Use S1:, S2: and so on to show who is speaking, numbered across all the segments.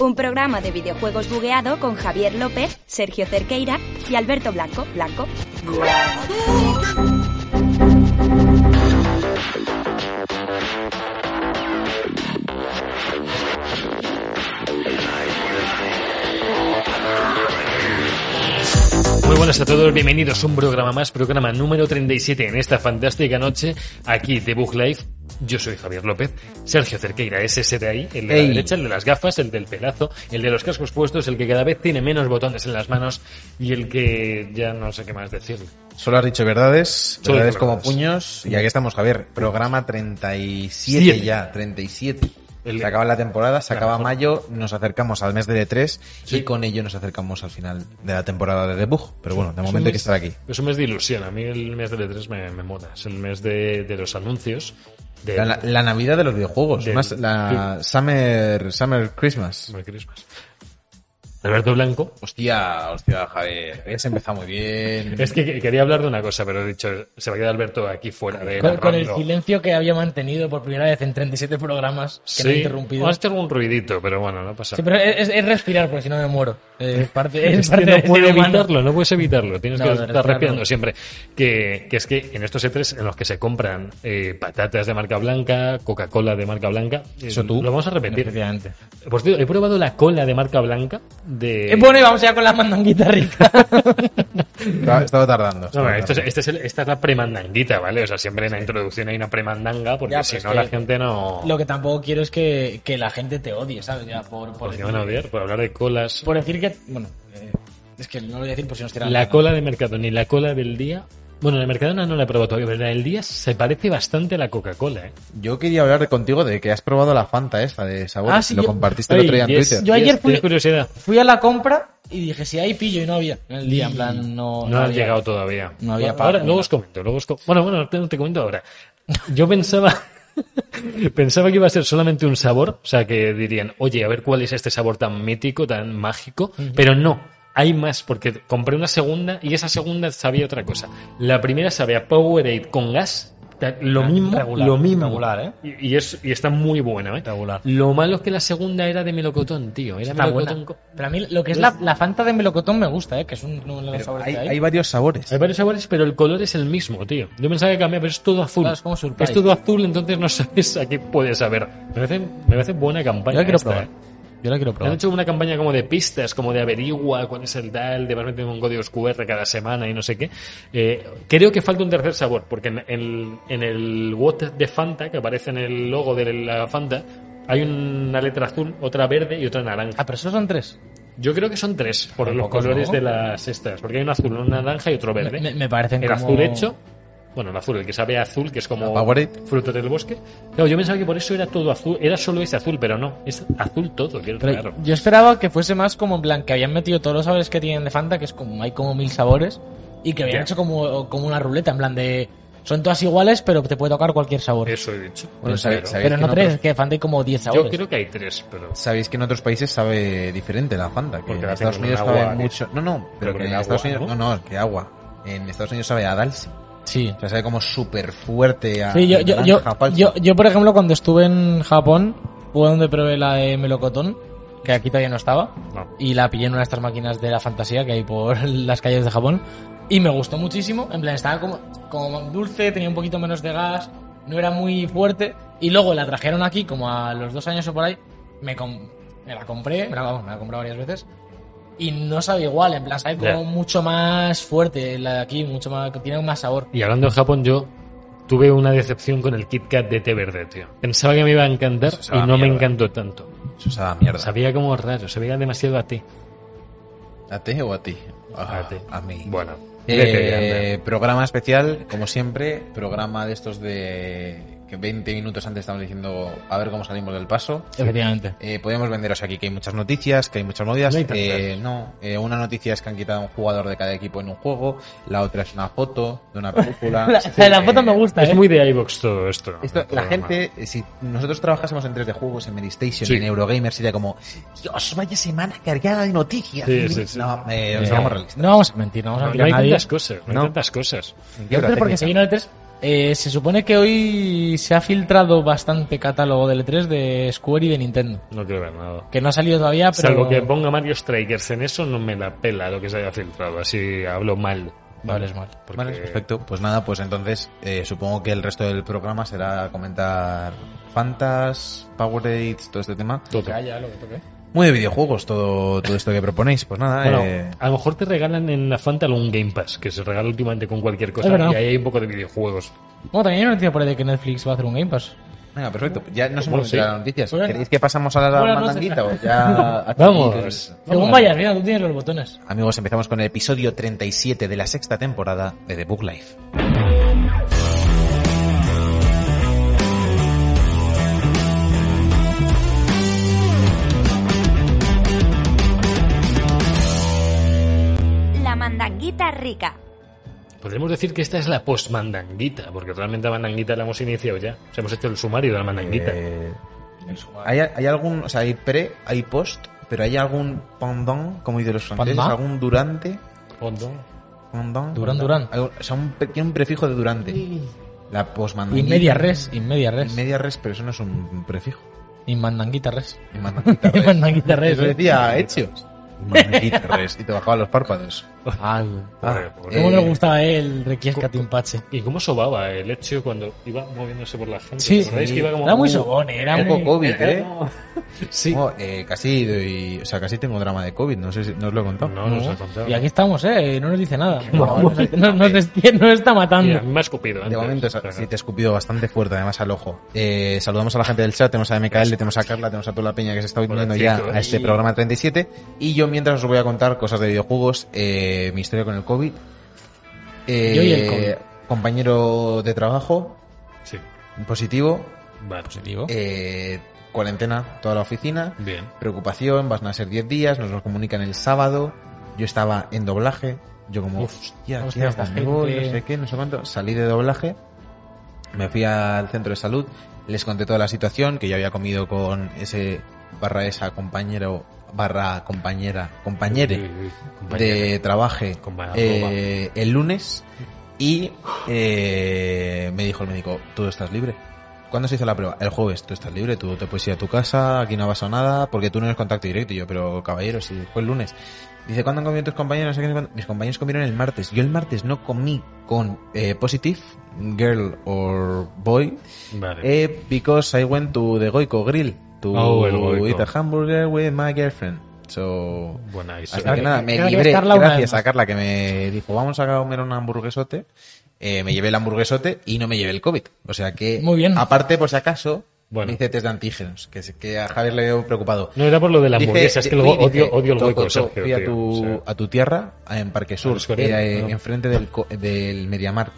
S1: Un programa de videojuegos bugueado con Javier López, Sergio Cerqueira y Alberto Blanco. Blanco.
S2: Muy buenas a todos, bienvenidos a un programa más, programa número 37 en esta fantástica noche, aquí de Bug Life. Yo soy Javier López, Sergio Cerqueira es ese de ahí, el de
S3: Ey.
S2: la derecha, el de las gafas, el del pelazo, el de los cascos puestos, el que cada vez tiene menos botones en las manos y el que ya no sé qué más decirle.
S3: Solo has dicho verdades,
S2: Solo
S3: verdades
S2: digo
S3: como
S2: verdades.
S3: puños. Y aquí estamos, Javier. Programa 37
S2: Siete.
S3: ya, 37.
S2: El-
S3: Se acaba la temporada, se
S2: La
S3: acaba
S2: mejor.
S3: mayo, nos acercamos al mes del E3
S2: Sí.
S3: y con ello nos acercamos al final de la temporada de debug. Pero bueno, de
S2: Es un
S3: momento hay que
S2: mes-
S3: estar aquí.
S2: Es un mes de ilusión, a mí el mes del E3 me, me mola, es el mes de, de los anuncios. De,
S3: La, la Navidad de los videojuegos,
S2: Eh, Del-
S3: más la Summer, Summer Christmas.
S2: Merry Christmas. Alberto Blanco.
S3: Hostia, hostia, Javier. Ya se empezó muy bien.
S2: Es que quería hablar de una cosa, pero he dicho, se va a quedar Alberto aquí fuera de
S4: Con,
S2: la
S4: con el
S2: rondo.
S4: silencio que había mantenido por primera vez en 37 programas que no he interrumpido.
S2: Has tenido un ruidito, pero bueno, no pasa
S4: Sí,
S2: nada.
S4: pero es, es respirar, porque si no me muero. Eh, parte, es
S2: Es que
S4: parte
S2: no
S4: del
S2: puedes
S4: ser humano.
S2: evitarlo, no puedes evitarlo. Tienes
S4: No,
S2: que
S4: de
S2: estar
S4: respirar
S2: respirando
S4: no.
S2: siempre. Que, que es que en estos E3 en los que se compran eh, patatas de marca blanca, Coca-Cola de marca blanca, eh,
S3: Eso tú.
S2: lo vamos a repetir.
S4: Efectivamente.
S2: Por cierto, he probado la cola de marca blanca de...
S4: Eh, bueno, y vamos ya con la mandanguita rica.
S3: Estaba, estaba tardando.
S2: No,
S3: estaba
S2: bueno, esto es-
S3: tardando.
S2: este es el- esta es la premandanguita, ¿vale? O sea, siempre en la introducción hay una premandanga porque
S4: Ya, pero
S2: si
S4: es
S2: no
S4: que
S2: la gente no...
S4: Lo que tampoco quiero es que, que la gente te odie, ¿sabes? Ya, por, por,
S2: Porque
S4: decir,
S2: pues van a odiar por hablar de colas.
S4: por decir que. Bueno, eh, es que no lo voy a decir por si nos tiran
S2: La
S4: mano.
S2: cola de Mercadona y la cola del día. Bueno, la Mercadona no la he probado todavía, pero la del día se parece bastante a la Coca-Cola, ¿eh?
S3: Yo quería hablar contigo de que has probado la Fanta esta de sabor.
S4: Ah, sí,
S3: Este lo
S4: yo-
S3: compartiste el
S2: Oye,
S3: otro día en
S2: y es-
S3: Twitter.
S4: Yo ayer fui-
S2: tienes curiosidad.
S4: Fui a la compra y dije, si hay pillo y no había. En el día, en plan, no.
S2: No, han
S4: había.
S2: llegado todavía.
S4: no había
S2: Bueno, ahora,
S4: pago,
S2: luego
S4: no.
S2: os comento, luego os com- Bueno, bueno, te, te comento ahora. Yo pensaba. Pensaba que iba a ser solamente un sabor, o sea que dirían, oye, a ver cuál es este sabor tan mítico, tan mágico, pero no, hay más, porque compré una segunda y esa segunda sabía otra cosa. La primera sabía Powerade con gas, ta- lo mismo,
S4: Ah, regular,
S2: lo mismo.
S4: regular, ¿eh?
S2: y, y es, y está muy buena, ¿eh?
S4: Regular.
S2: Lo malo es que la segunda era de melocotón, tío, era
S4: Está buena.
S2: melocotón. co-
S4: Pero a mí lo que es la, la Fanta de melocotón me gusta, ¿eh? Que es un, uno de los sabores
S3: Hay,
S4: que hay.
S3: hay varios sabores.
S2: Hay varios sabores, pero el color es el mismo, tío. Yo pensaba que cambiaba, pero es todo azul.
S4: Claro, es como surprise.
S2: Es todo azul, entonces no sabes a qué puede saber. Me parece, me parece buena campaña.
S4: Yo la quiero
S2: esta,
S4: probar.
S2: eh.
S4: Yo la quiero
S2: Han
S4: probar.
S2: hecho una campaña como de pistas, como de averigua cuál es el tal, de vas metiendo un código QR cada semana y no sé qué. Eh, creo que falta un tercer sabor, porque en el, en el What de Fanta, que aparece en el logo de la Fanta, hay una letra azul, otra verde y otra naranja.
S4: Ah, pero esos son tres.
S2: Yo creo que son tres, por los
S4: Tampoco es
S2: colores
S4: logo.
S2: de las estas, porque hay un azul, una naranja y otro verde.
S4: Me, me parecen
S2: El
S4: como...
S2: azul hecho. Bueno, el azul, el que sabe a azul, que es como
S3: La Powerade.
S2: fruto del bosque. Claro, yo pensaba que por eso era todo azul, era solo ese azul, pero no, es azul todo, que es
S4: Pero
S2: raro.
S4: Yo esperaba que fuese más como en plan que habían metido todos los sabores que tienen de Fanta, que es como hay como mil sabores, y que habían
S2: Ya.
S4: hecho como, como una ruleta, en plan de son todas iguales, pero te puede tocar cualquier sabor.
S2: Eso he dicho. Claro.
S3: Bueno, sabe- sabe-
S4: pero
S3: es
S4: no
S3: que
S4: tres,
S3: no-
S4: es que Fanta hay como 10
S2: Yo
S4: sabores.
S2: creo que hay tres, pero.
S3: Sabéis que en otros países sabe diferente la Fanta. Que
S2: Porque
S3: en
S2: la hacen
S3: Estados
S2: con
S3: Unidos
S2: agua,
S3: sabe
S2: ¿no?
S3: mucho. No, no, pero
S2: Pero
S3: que
S2: con
S3: en
S2: agua,
S3: Estados Unidos.
S2: ¿no?
S3: ¿no? no, que agua. En Estados Unidos sabe a Dalsy.
S4: Sí.
S3: O sea, sabe como súper fuerte a.
S4: Sí, yo, yo, yo,
S3: naranja falsa.
S4: yo, yo, por ejemplo, cuando estuve en Japón, fue donde probé la de melocotón, que aquí todavía no estaba,
S2: No.
S4: y la pillé en una de estas máquinas de la fantasía que hay por las calles de Japón, y me gustó muchísimo, en plan, estaba como, como dulce, tenía un poquito menos de gas, no era muy fuerte, y luego la trajeron aquí, como a los dos años o por ahí, me, com- me la compré, me la, vamos, me la compré varias veces, y no sabe igual, en plan, sabe como
S2: Ya.
S4: mucho más fuerte la de aquí, mucho más, tiene más sabor.
S2: Y hablando de Japón, yo tuve una decepción con el Kit Kat de té verde, tío. Pensaba que me iba a encantar
S3: Eso
S2: y
S3: sabe a
S2: no me
S3: mierda.
S2: encantó tanto.
S3: Eso sabe a mierda.
S2: Sabía como raro, sabía demasiado a ti.
S3: ¿A ti o a ti? Ah,
S2: a ti.
S3: A mí.
S2: Bueno. vete, anda.
S3: Eh, programa especial, como siempre. Programa de estos de. Que 20 minutos antes estamos diciendo a ver cómo salimos del paso.
S4: Efectivamente.
S3: Eh, podemos venderos aquí que hay muchas noticias, que hay muchas movidas.
S2: No hay tantas.
S3: Eh, no, Eh, una noticia es que han quitado a un jugador de cada equipo en un juego, la otra es una foto de una película.
S4: La, la de la foto
S3: Eh,
S4: me gusta,
S2: es
S4: ¿eh?
S2: muy de iBox todo esto.
S3: esto,
S2: el
S3: la
S2: programa.
S3: gente, eh, si nosotros trabajásemos en 3 de juegos, en Medistation,
S2: Sí.
S3: en Eurogamer, sería como, Dios, vaya semana cargada de noticias.
S2: Sí, sí, sí.
S3: No, eh,
S2: No.
S3: seamos realistas.
S4: No vamos a mentir, no vamos a
S2: No,
S4: mentir
S2: no
S4: a
S2: hay
S4: nadie.
S2: tantas cosas, no,
S3: No.
S2: hay tantas cosas.
S4: Yo creo porque se vino el 3 Eh, se supone que hoy se ha filtrado bastante catálogo de L3 de Square y de Nintendo.
S2: No quiero ver nada.
S4: Que no ha salido todavía, pero.
S2: Salvo que ponga Mario Strikers en eso, no me la pela lo que se haya filtrado. Así hablo mal.
S4: Vale, es mal.
S2: Porque-
S3: Vale, perfecto. Pues nada, pues entonces eh, supongo que el resto del programa será comentar Fantas, Powerades, todo este tema.
S2: Todo.
S4: Calla, lo que toque.
S3: Muy de videojuegos todo, todo esto que proponéis. Pues nada,
S2: Bueno,
S3: eh,
S2: a lo mejor te regalan en la Fanta un Game Pass, que se regala últimamente con cualquier cosa.
S4: Es verdad.
S2: Y ahí hay un poco de videojuegos.
S4: Bueno, también hay una noticia por ahí de que Netflix va a hacer un Game Pass.
S3: venga, perfecto. Ya nos
S2: Bueno,
S3: hemos
S2: sí.
S3: metido las noticias.
S4: Buenas-
S3: ¿Queréis que pasamos a la
S4: Buenas
S3: mandanguita
S4: noches.
S3: o ya? aquí-
S2: Vamos.
S4: pues, Según vayas, mira, tú tienes los botones.
S3: Amigos, empezamos con el episodio 37 de la sexta temporada de The Book Life.
S1: La mandanguita rica.
S2: Podríamos decir que esta es la postmandanguita, porque realmente la mandanguita la hemos iniciado ya. O sea, hemos hecho el sumario de la mandanguita.
S3: Eh, ¿hay, hay algún, o sea, hay pre, hay post, pero hay algún pendant, como dicen los franceses,
S4: ¿Pendant?
S3: algún durante,
S2: Fondo.
S3: pendant,
S4: Durán,
S3: pendant?
S4: Durán.
S3: Algo- o sea, un, pe- tiene un prefijo de durante. La
S4: Y
S3: postmandanguita.
S4: media res, y media
S3: Y
S4: res.
S3: media res, pero eso no es un prefijo.
S4: Y mandanguita res.
S3: Y mandanguita
S4: Y
S3: res.
S4: mandanguita res.
S3: Eso
S4: eh.
S3: decía Ezio. Y mandanguita res. Y te bajaba los párpados.
S4: Ah,
S2: Pobre, pobre.
S4: ¿Cómo
S3: eh,
S4: me gustaba eh, el Requiesca Timpache?
S2: ¿Y cómo sobaba el hecho cuando iba moviéndose por la gente?
S4: Sí,
S2: ¿Os acordáis que iba como-
S4: era muy
S2: Uh,
S4: sobón, era
S3: Poco
S4: muy...
S3: COVID, ¿eh?
S2: Sí.
S3: Oh, eh, casi, doy- o sea, casi tengo drama de COVID. No sé si no os lo he
S2: No,
S3: contado.
S2: no nos ha contado.
S4: Y aquí estamos, ¿eh? No nos dice nada.
S2: No.
S4: No, no- no- nos, no nos está
S2: Mira,
S4: matando.
S2: me ha escupido
S3: De
S2: antes.
S3: momento
S2: O sea,
S3: sí te he escupido bastante fuerte, además al ojo. Eh, saludamos a la gente del chat, tenemos a MKL, tenemos a Carla, tenemos a toda la peña que se está uniendo ya
S2: Pobrecito,
S3: a este
S2: ¿eh?
S3: programa 37. Y yo mientras os voy a contar cosas de videojuegos, eh, mi historia con el COVID. Eh,
S4: Yo y el COVID.
S3: Compañero de trabajo,
S2: sí.
S3: positivo,
S2: Vale.
S4: Positivo.
S3: eh, cuarentena, toda la oficina,
S2: Bien.
S3: preocupación, van a ser 10 días, nos lo comunican el sábado, yo estaba en doblaje, yo como,
S2: Uf,
S3: hostia, ¿qué
S4: hostia,
S3: hago?
S4: esta
S3: Me voy,
S4: gente".
S3: no sé qué, no sé cuánto, salí de doblaje, me fui al centro de salud, les conté toda la situación, que yo había comido con ese barra esa compañero barra compañera, compañere
S2: Uy, uy, uy, compañero.
S3: de trabaje
S2: Compañero,
S3: eh, el lunes y eh, me dijo el médico, tú estás libre. ¿Cuándo se hizo la prueba? El jueves, tú estás libre, tú te puedes ir a tu casa, aquí no ha pasado nada, porque tú no eres contacto directo. Y yo, pero caballero, si fue el lunes. Dice, ¿cuándo han comido tus compañeros? No sé qué, no sé cuánto. Mis compañeros comieron el martes. Yo el martes no comí con eh, positive, girl or boy,
S2: Vale.
S3: eh, because I went to the Goico Grill to
S2: Oh, el Goico.
S3: eat a hamburger with my girlfriend. So,
S2: Buena
S3: Así
S2: historia.
S3: que nada, me
S4: Creo que
S3: libré.
S4: es Carla una
S3: gracias
S4: vez
S3: a Carla que me dijo, vamos a comer un hamburguesote. Eh, me llevé el hamburguesote y no me llevé el COVID. O sea que,
S4: Muy bien.
S3: aparte, por si acaso,
S2: Bueno.
S3: me hice test de antígenos, que, es- que a Javier le veo preocupado.
S2: No era por lo de la
S3: Dije-
S2: hamburguesa, es que luego
S3: fui y
S2: odio,
S3: dije,
S2: odio el
S3: "Toco,
S2: hueco,
S3: toco".
S2: Sergio.
S3: Fui a
S2: tío,
S3: tu, ¿Eh?
S2: o sea.
S3: a tu tierra, a- en Parque Sur,
S2: los coreanos,
S3: eh,
S2: ¿no?
S3: enfrente del, co- del Mediamar.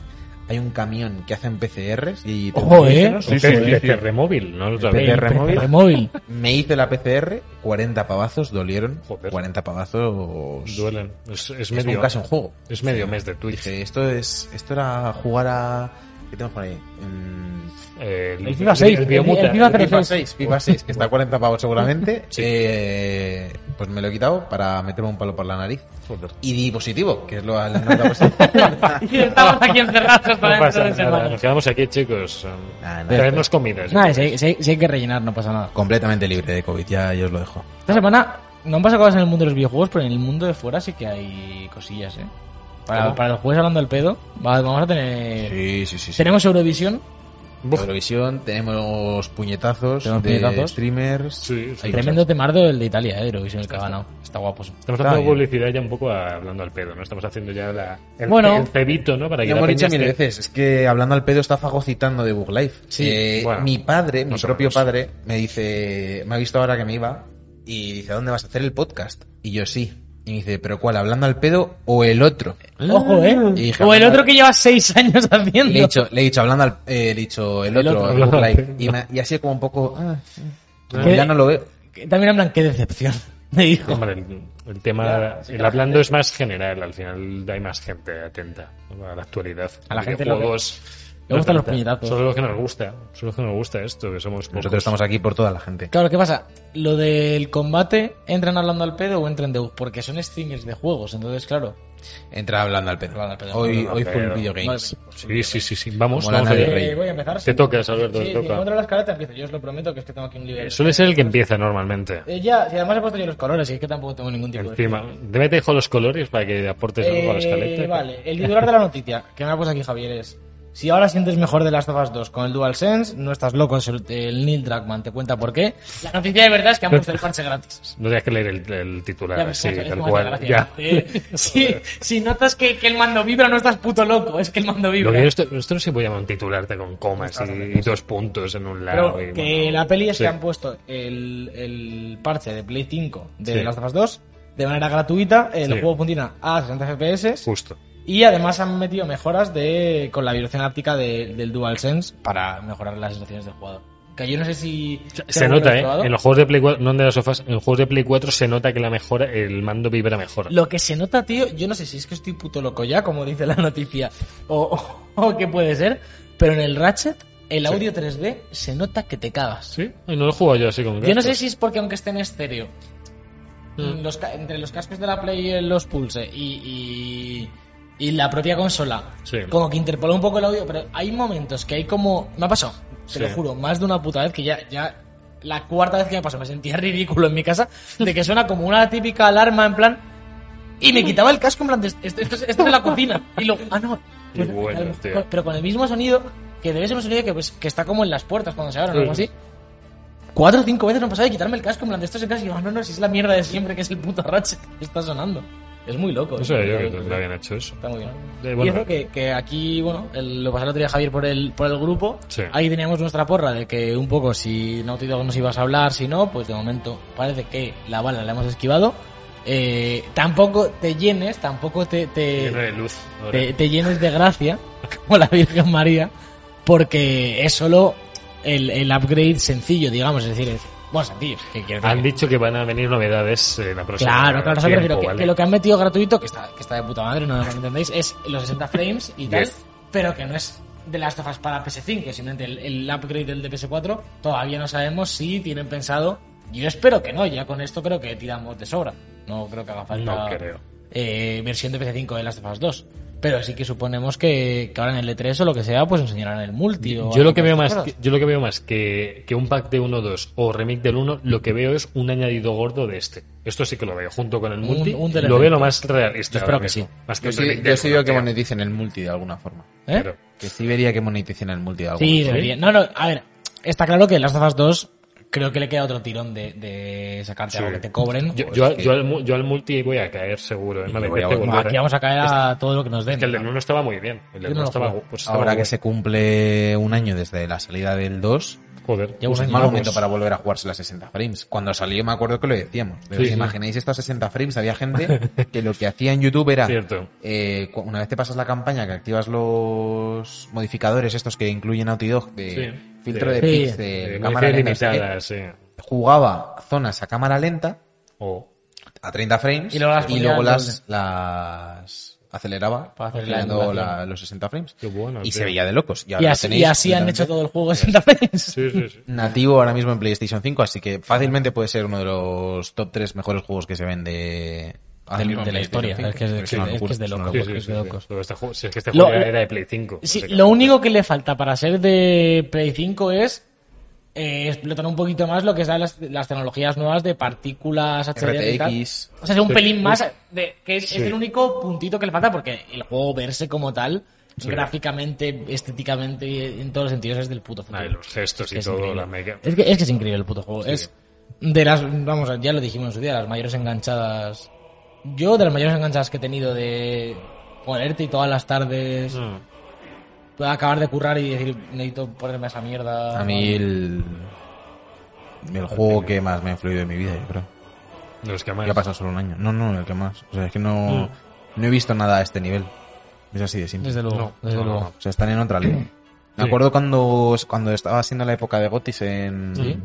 S3: Hay un camión que hacen PCRs y...
S2: Pues,
S4: Ojo, ¿eh?
S3: antígenos.
S2: Un
S3: Sí, sí, sí.
S2: PCR móvil, ¿no? Lo sabéis.
S3: PCR móvil.
S4: Remóvil.
S3: Me hice la PCR, 40 pavazos, dolieron.
S2: Joder.
S3: 40 pavazos...
S2: Duelen. Es, es
S3: Es
S2: medio,
S3: un caso en juego.
S2: es medio mes de Twitch.
S3: Dije, esto es. Esto era jugar a. ¿Qué tenemos por ahí? Mm,
S2: Eh,
S4: El FIFA 6,
S2: El Biomuta.
S4: el FIFA
S2: El
S4: 3.
S3: FIFA
S4: Pero-
S3: 6, FIFA 6, que está a 40 pavos seguramente.
S2: Sí.
S3: Eh, pues me lo he quitado para meterme un palo por la nariz.
S2: Joder.
S3: Y di positivo, que es lo la nota positiva.
S4: Y estamos aquí encerrados
S2: No
S4: para
S2: pasa
S4: dentro de
S2: nada,
S4: semana.
S2: Nos quedamos aquí, chicos. Um,
S3: Nada, nada.
S2: Traernos comidas.
S4: Nada, si hay, si hay- si hay que rellenar, no pasa nada.
S3: Completamente libre de COVID, ya yo os lo dejo.
S4: Esta semana no han pasado cosas en el mundo de los videojuegos, pero en el mundo de fuera sí que hay cosillas, ¿eh? Para,
S2: ¿Cómo?
S4: para los jueves hablando del pedo, va- vamos a tener...
S3: Sí, sí, sí. sí.
S4: Tenemos Eurovisión,
S2: Buf.
S3: Eurovisión, tenemos puñetazos
S4: Tenemos
S3: de
S4: puñetazos.
S3: streamers.
S2: Sí, sí.
S3: Hay
S4: tremendo temardo el de Italia, ¿eh? Eurovisión el que ha ganado. Está guapo.
S2: Estamos
S3: Está
S2: haciendo
S3: bien.
S2: publicidad ya un poco a- hablando al pedo, ¿no? Estamos haciendo ya la, el,
S4: Bueno.
S2: el pebito, ¿no? Para que
S3: Lo
S2: la
S3: hemos dicho
S2: peña
S3: mil
S2: esté-
S3: veces, es que hablando al pedo está fagocitando de Bug Life.
S4: Sí,
S3: Eh,
S2: bueno,
S3: mi padre, mi
S2: más o
S3: propio
S2: menos.
S3: padre, me dice, me ha visto ahora que me iba y dice, ¿a dónde vas a hacer el podcast? Y yo sí. Y me dice, ¿pero cuál? ¿Hablando al pedo o el otro?
S4: Ojo, ¿eh?
S3: Ah. Y
S4: O el
S3: jamás-
S4: otro que lleva seis años haciendo.
S3: Le he dicho, le he dicho, hablando al, eh, le he dicho el
S4: El
S3: otro,
S4: otro,
S3: el Bug
S2: hablando al
S3: Life.
S2: pedo.
S3: Y, me- y así como un poco, ah, como
S4: ¿Qué?
S3: ya no lo veo.
S4: Que También hablan, qué decepción, me dijo.
S2: Hombre, el, el tema,
S4: Ya, sí,
S2: el
S4: la
S2: hablando es más general, al final hay más gente atenta ¿no? a la actualidad.
S4: A la gente lo que-
S2: Videojuegos,
S4: le gustan los
S2: atenta.
S4: puñetazos.
S2: Son los que nos gusta, son los que nos gusta esto, que somos
S3: Nosotros
S2: pocos.
S3: estamos aquí por toda la gente.
S4: Claro, ¿qué pasa? Lo del combate, ¿entran hablando al pedo o entran de... Porque son streamers de juegos, entonces, claro,
S3: Entra hablando al pedo.
S4: Hablando al pedo.
S3: Hoy,
S2: No,
S3: hoy
S2: pero-
S3: full video games.
S2: Sí, sí, sí, sí. Vamos,
S3: Como la
S2: vamos
S3: nave
S2: allá.
S3: rey.
S4: Eh, voy a empezar.
S2: Te tocas, Alberto,
S4: Sí,
S2: te
S4: si
S2: toca.
S4: encuentro las caretas, empiezo. Yo os lo prometo que es que tengo aquí un libro.
S2: Suele ser el que empieza normalmente.
S4: Eh, ya, si además he puesto yo los colores, y es que tampoco tengo ningún tipo de...
S2: Encima, débete con los colores para que aportes algo a la escaleta.
S4: Eh, vale, el titular de la noticia que me ha puesto aquí Javier es Si ahora sientes mejor de las of Us 2 con el DualSense, no estás loco, el, el Neil Druckmann te cuenta por qué. La noticia de verdad es que han puesto el parche gratis.
S2: No tenías que leer el, el titular
S4: ves,
S2: así,
S4: macho, es
S2: tal
S4: como
S2: cual.
S4: hace
S2: Ya.
S4: gracia. Eh, sí, si notas que, que el mando vibra, no estás puto loco, es que el mando
S2: Lo
S4: vibra.
S2: que esto, esto no se puede llamar un titularte con comas y, y dos puntos en un lado.
S4: Pero
S2: y
S4: que
S2: bueno.
S4: la peli es
S2: Sí.
S4: que han puesto el, el parche de Play 5 de
S2: Sí.
S4: The Last of Us 2 de manera gratuita. El
S2: Sí.
S4: juego funciona a 60 FPS.
S2: Justo.
S4: Y además han metido mejoras de con la vibración áptica de- del DualSense para mejorar las sensaciones del jugador. Que yo no sé si.
S2: Se nota, ¿eh? En los juegos de Play 4, no en de las sofás, en los juegos de Play 4 se nota que la mejora, el mando vibra mejor.
S4: Lo que se nota, tío, yo no sé si es que estoy puto loco ya, como dice la noticia, o, o, o qué puede ser, pero en el Ratchet, el audio 3D se nota que te cagas.
S2: ¿Sí? Ay, no lo he jugado yo así con
S4: Yo no
S2: cascos.
S4: sé si es porque aunque esté en estéreo,
S2: Mm.
S4: los ca- entre los cascos de la Play eh, los pulse y, y, y la propia consola,
S2: Sí.
S4: como que interpola un poco el audio, pero hay momentos que hay como... Me ha pasado, te
S2: Sí.
S4: lo juro, más de una puta vez que ya... ya la cuarta vez que me pasó me sentía ridículo en mi casa de que suena como una típica alarma en plan y me quitaba el casco en plan de, esto, esto, es- esto es la cocina y luego ah no
S2: Qué bueno,
S4: a lo mejor-
S2: tío.
S4: pero con el mismo sonido que debe ser un sonido que, pues, que está como en las puertas cuando se abren o
S2: Mm.
S4: algo así cuatro o cinco veces me han pasado de quitarme el casco en plan de esto es en casa y yo, ah, no, no, si es la mierda de siempre que es el puto Ratchet que está sonando. Es muy loco.
S2: No
S4: ¿eh?
S2: sabía yo que
S4: Está
S2: te- te
S4: muy bien.
S2: habían hecho eso.
S4: Está muy bien.
S2: Eh, bueno.
S4: y eso que, que aquí, bueno, el- lo pasó el otro día Javier por el, por el grupo.
S2: Sí.
S4: Ahí teníamos nuestra porra de que un poco si Naughty Dog nos ibas a hablar, si no, pues de momento parece que la bala la hemos esquivado. Eh, tampoco te llenes, tampoco te- te,
S2: Lleno de luz. ahora.
S4: te, te llenes de gracia, como la Virgen María, porque es solo el, el upgrade sencillo, digamos, es decir, es, bueno, sencillo, que quiero decir
S2: Han
S4: que-
S2: dicho que van a venir novedades en la próxima.
S4: Claro, claro, eso me
S2: tiempo,
S4: refiero, que,
S2: ¿vale?
S4: que lo que han metido gratuito, que está, que está de puta madre, no lo entendéis, es los 60 frames y tal,
S2: Yes.
S4: pero que no es de las tofas para PS5, simplemente el, el upgrade del de PS4, todavía no sabemos si tienen pensado, yo espero que no, ya con esto creo que tiramos de sobra, no creo que haga falta
S2: No creo.
S4: eh, versión de PS5 de las tofas 2. Pero sí que suponemos que, que ahora en el E3 o lo que sea, pues enseñarán el multi. o
S2: Yo lo,
S4: algo
S2: que
S4: de
S2: veo
S4: estas
S2: más, que,
S4: cosas.
S2: yo lo que veo más que, que un pack de 1-2 o remake del 1, lo que veo es un añadido gordo de este. Esto sí que lo veo, junto con el multi.
S4: un
S2: lo
S4: elemento.
S2: veo lo más realista.
S4: Yo espero
S2: ahora
S4: que
S2: mismo.
S4: sí.
S2: Más que
S3: Yo
S2: un
S3: sí,
S2: remake
S3: yo
S2: del
S3: sí
S2: uno,
S3: veo que
S2: tío.
S3: moneticen el multi de alguna forma.
S4: ¿Eh?
S2: Claro.
S3: Que sí vería que moneticen el multi de alguna
S4: Sí,
S3: forma.
S4: debería. No, no, a ver, está claro que Last of Us 2 creo que le queda otro tirón de, de sacarte
S2: Sí.
S4: algo que te cobren.
S2: Yo,
S4: Pues,
S2: yo, al- yo al, mu- yo al multi voy a caer seguro. ¿eh? Me
S3: yo
S2: apetece
S3: voy a-
S2: volver,
S4: no, aquí
S2: ¿eh?
S4: vamos a caer a todo lo que nos den.
S2: Es que el del 1 estaba muy bien. El
S4: Yo
S2: del
S4: no
S2: 1
S4: lo
S2: estaba,
S4: juego.
S2: gu- pues estaba
S3: Ahora
S2: muy
S3: que
S2: bueno.
S3: se cumple un año desde la salida del 2,
S2: Joder.
S3: pues
S4: Ya un
S3: es
S4: año
S3: mal
S4: vamos.
S3: momento para volver a jugarse las 60 frames. Cuando salió me acuerdo que lo decíamos. Pero
S2: Sí,
S3: si
S2: sí.
S3: imagináis estas 60 frames, había gente que lo que hacía en YouTube era...
S2: Cierto.
S3: eh, cu- una vez te pasas la campaña, que activas los modificadores estos que incluyen Naughty Dog, de
S2: Sí.
S3: filtro
S2: Sí.
S3: de pixel,
S4: Sí.
S3: de
S2: Eh,
S3: cámara
S2: munición
S3: lenta, no sé qué,
S2: limitada, sí.
S3: jugaba zonas a cámara lenta,
S2: O-
S3: a 30 frames
S4: Y luego las ponía
S3: luego
S4: al
S3: las, las aceleraba
S4: Para hacer la
S3: acelerando
S4: emulación.
S3: la- los 60 frames
S2: Qué bueno,
S3: y
S2: tío.
S3: se veía de locos
S4: Y
S3: ahora
S4: así,
S3: lo tenéis
S4: y así han
S3: completamente
S4: hecho todo el juego de Santa Fe.
S2: Sí, sí, sí.
S3: nativo ahora mismo en PlayStation 5 así que fácilmente puede ser uno de los top 3 mejores juegos que se ven de ahora
S4: Del-
S3: mismo en
S4: de la
S3: PlayStation
S4: historia,
S3: 5.
S4: es que es-
S3: Pero una
S4: es que
S3: locura,
S4: es de
S3: una
S4: locos.
S2: Sí, sí,
S3: locura.
S4: es
S2: sí,
S4: de
S2: sí.
S4: locos.
S2: Pero este juego- si es que este
S4: Lo- eh,
S2: juego ya era de Play 5.
S4: Sí,
S2: así que-
S4: lo único que le falta para ser de Play 5 es eh, explotar un poquito más lo que son las, las tecnologías nuevas de partículas HDR y tal.
S3: RTX.
S4: O sea, es un
S2: Sí.
S4: pelín más de- que es, es
S2: Sí.
S4: el único puntito que le falta porque el juego verse como tal, gráficamente, estéticamente, en todos los sentidos es del puto futuro.
S2: Ah, y los gestos y
S4: es
S2: todo,
S4: increíble.
S2: la mega.
S4: Es que, es que es increíble el puto juego. Es de las, vamos, ya lo dijimos en su día, las mayores enganchadas. Yo, de las mayores enganchadas que he tenido de ponerte y todas las tardes,
S2: Mm.
S4: acabar de currar y decir, necesito ponerme a esa mierda.
S3: a mí el el juego que más me ha influido en mi vida yo creo
S2: No, es que
S3: Ya ha
S2: más.
S3: pasado solo un año. No, no, el que más. O sea, es que no, no he visto nada a este nivel. Es así de simple.
S4: Desde luego,
S2: No,
S4: desde
S2: no,
S4: luego.
S2: no,
S3: O sea, están en otra línea. Me
S2: Sí.
S3: acuerdo cuando, cuando estaba haciendo la época de Gotis en,
S2: Sí.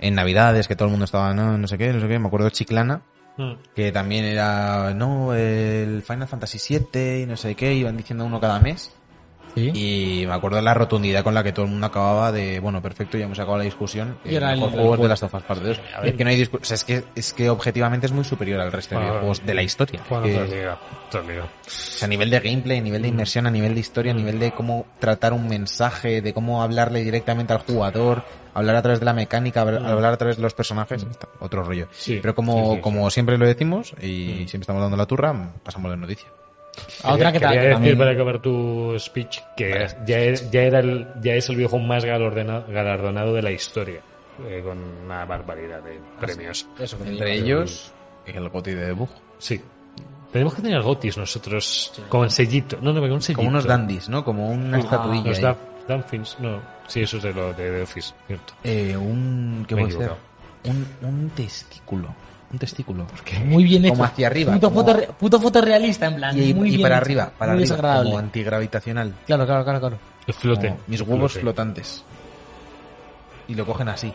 S3: en Navidades, que todo el mundo estaba, no, no sé qué, no sé qué. Me acuerdo Chiclana,
S2: Mm.
S3: que también era, no, el Final Fantasy VII y no sé qué, iban diciendo uno cada mes.
S4: Sí.
S3: Y me acuerdo de la rotundidad con la que todo el mundo acababa de, bueno, perfecto, ya hemos acabado la discusión.
S4: Y
S3: Y
S4: era
S3: el
S4: el-
S3: mejor
S4: el
S3: juego es
S4: juego.
S3: de las tofas parte 2.
S2: A ver.
S3: Es que no hay discusión. es, que, es que objetivamente es muy superior al resto de
S2: Bueno,
S3: videojuegos de la historia.
S2: Bueno,
S3: Que-
S2: te lo digo, te lo digo.
S3: o sea, a nivel de gameplay, a nivel de inmersión, a nivel de historia, a nivel de cómo tratar un mensaje, de cómo hablarle directamente al jugador, hablar a través de la mecánica, hablar, hablar a través de los personajes, está, otro rollo.
S2: Sí.
S3: Pero como,
S2: Sí, sí, sí.
S3: como siempre lo decimos y siempre estamos dando la turra, pasamos la noticia.
S4: A
S3: Ah,
S4: otra que,
S2: Quería
S4: ta- que
S2: decir
S4: también-
S2: para acabar tu speech que ya, es, ya era el, ya es el videojuego más galardonado, galardonado de la historia. eh, con una barbaridad de
S3: Ah,
S2: premios.
S4: Eso, que
S3: Entre
S4: digo.
S3: ellos, el goti de debug.
S2: Sí. Tenemos que tener gotis nosotros con sellito. No, no, con sellito.
S3: Como unos dandies, ¿no? Como una estatuilla.
S2: Los
S3: ahí.
S2: da- Danfins, no. Sí, eso es de lo de The Office, cierto.
S3: Eh, un... ¿Qué
S2: Me he
S3: puede ser?
S2: equivocado.
S3: Un, un testículo. Un testículo.
S4: Muy bien hecho.
S3: Como hacia arriba,
S4: Puto,
S3: como-
S4: fotorre- puto fotorrealista, en plan.
S3: Y,
S4: muy
S3: y
S4: bien
S3: para
S4: hecho,
S3: arriba, para
S4: muy
S3: arriba.
S4: desagradable.
S3: Como antigravitacional.
S4: Claro, claro, claro, claro.
S2: El flote.
S3: Como mis huevos
S2: Flote.
S3: flotantes. Y lo cogen así.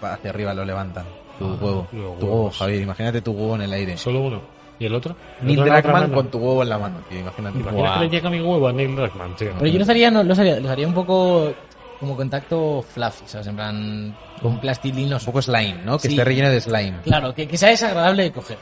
S3: Pa- hacia arriba lo levantan. Tu
S2: Ah,
S3: huevo. Tu
S2: los
S3: huevo,
S2: huevos.
S3: Javier. Imagínate tu huevo en el aire.
S2: Solo uno. ¿Y el otro? ¿El
S3: Neil
S2: otro en la otra
S3: Druckmann
S2: mano?
S3: con tu huevo en la mano, tío. Imagínate.
S2: Imagina
S3: Guau.
S2: que le llega mi huevo a Neil Druckmann, tío.
S4: Pero yo los haría, no, los haría, los haría un poco como contacto fluffy, ¿sabes? En plan, con
S3: Un
S4: plastilinos.
S3: poco slime, ¿no? Que
S4: Sí.
S3: esté relleno de slime.
S4: Claro, que, que sea desagradable de coger.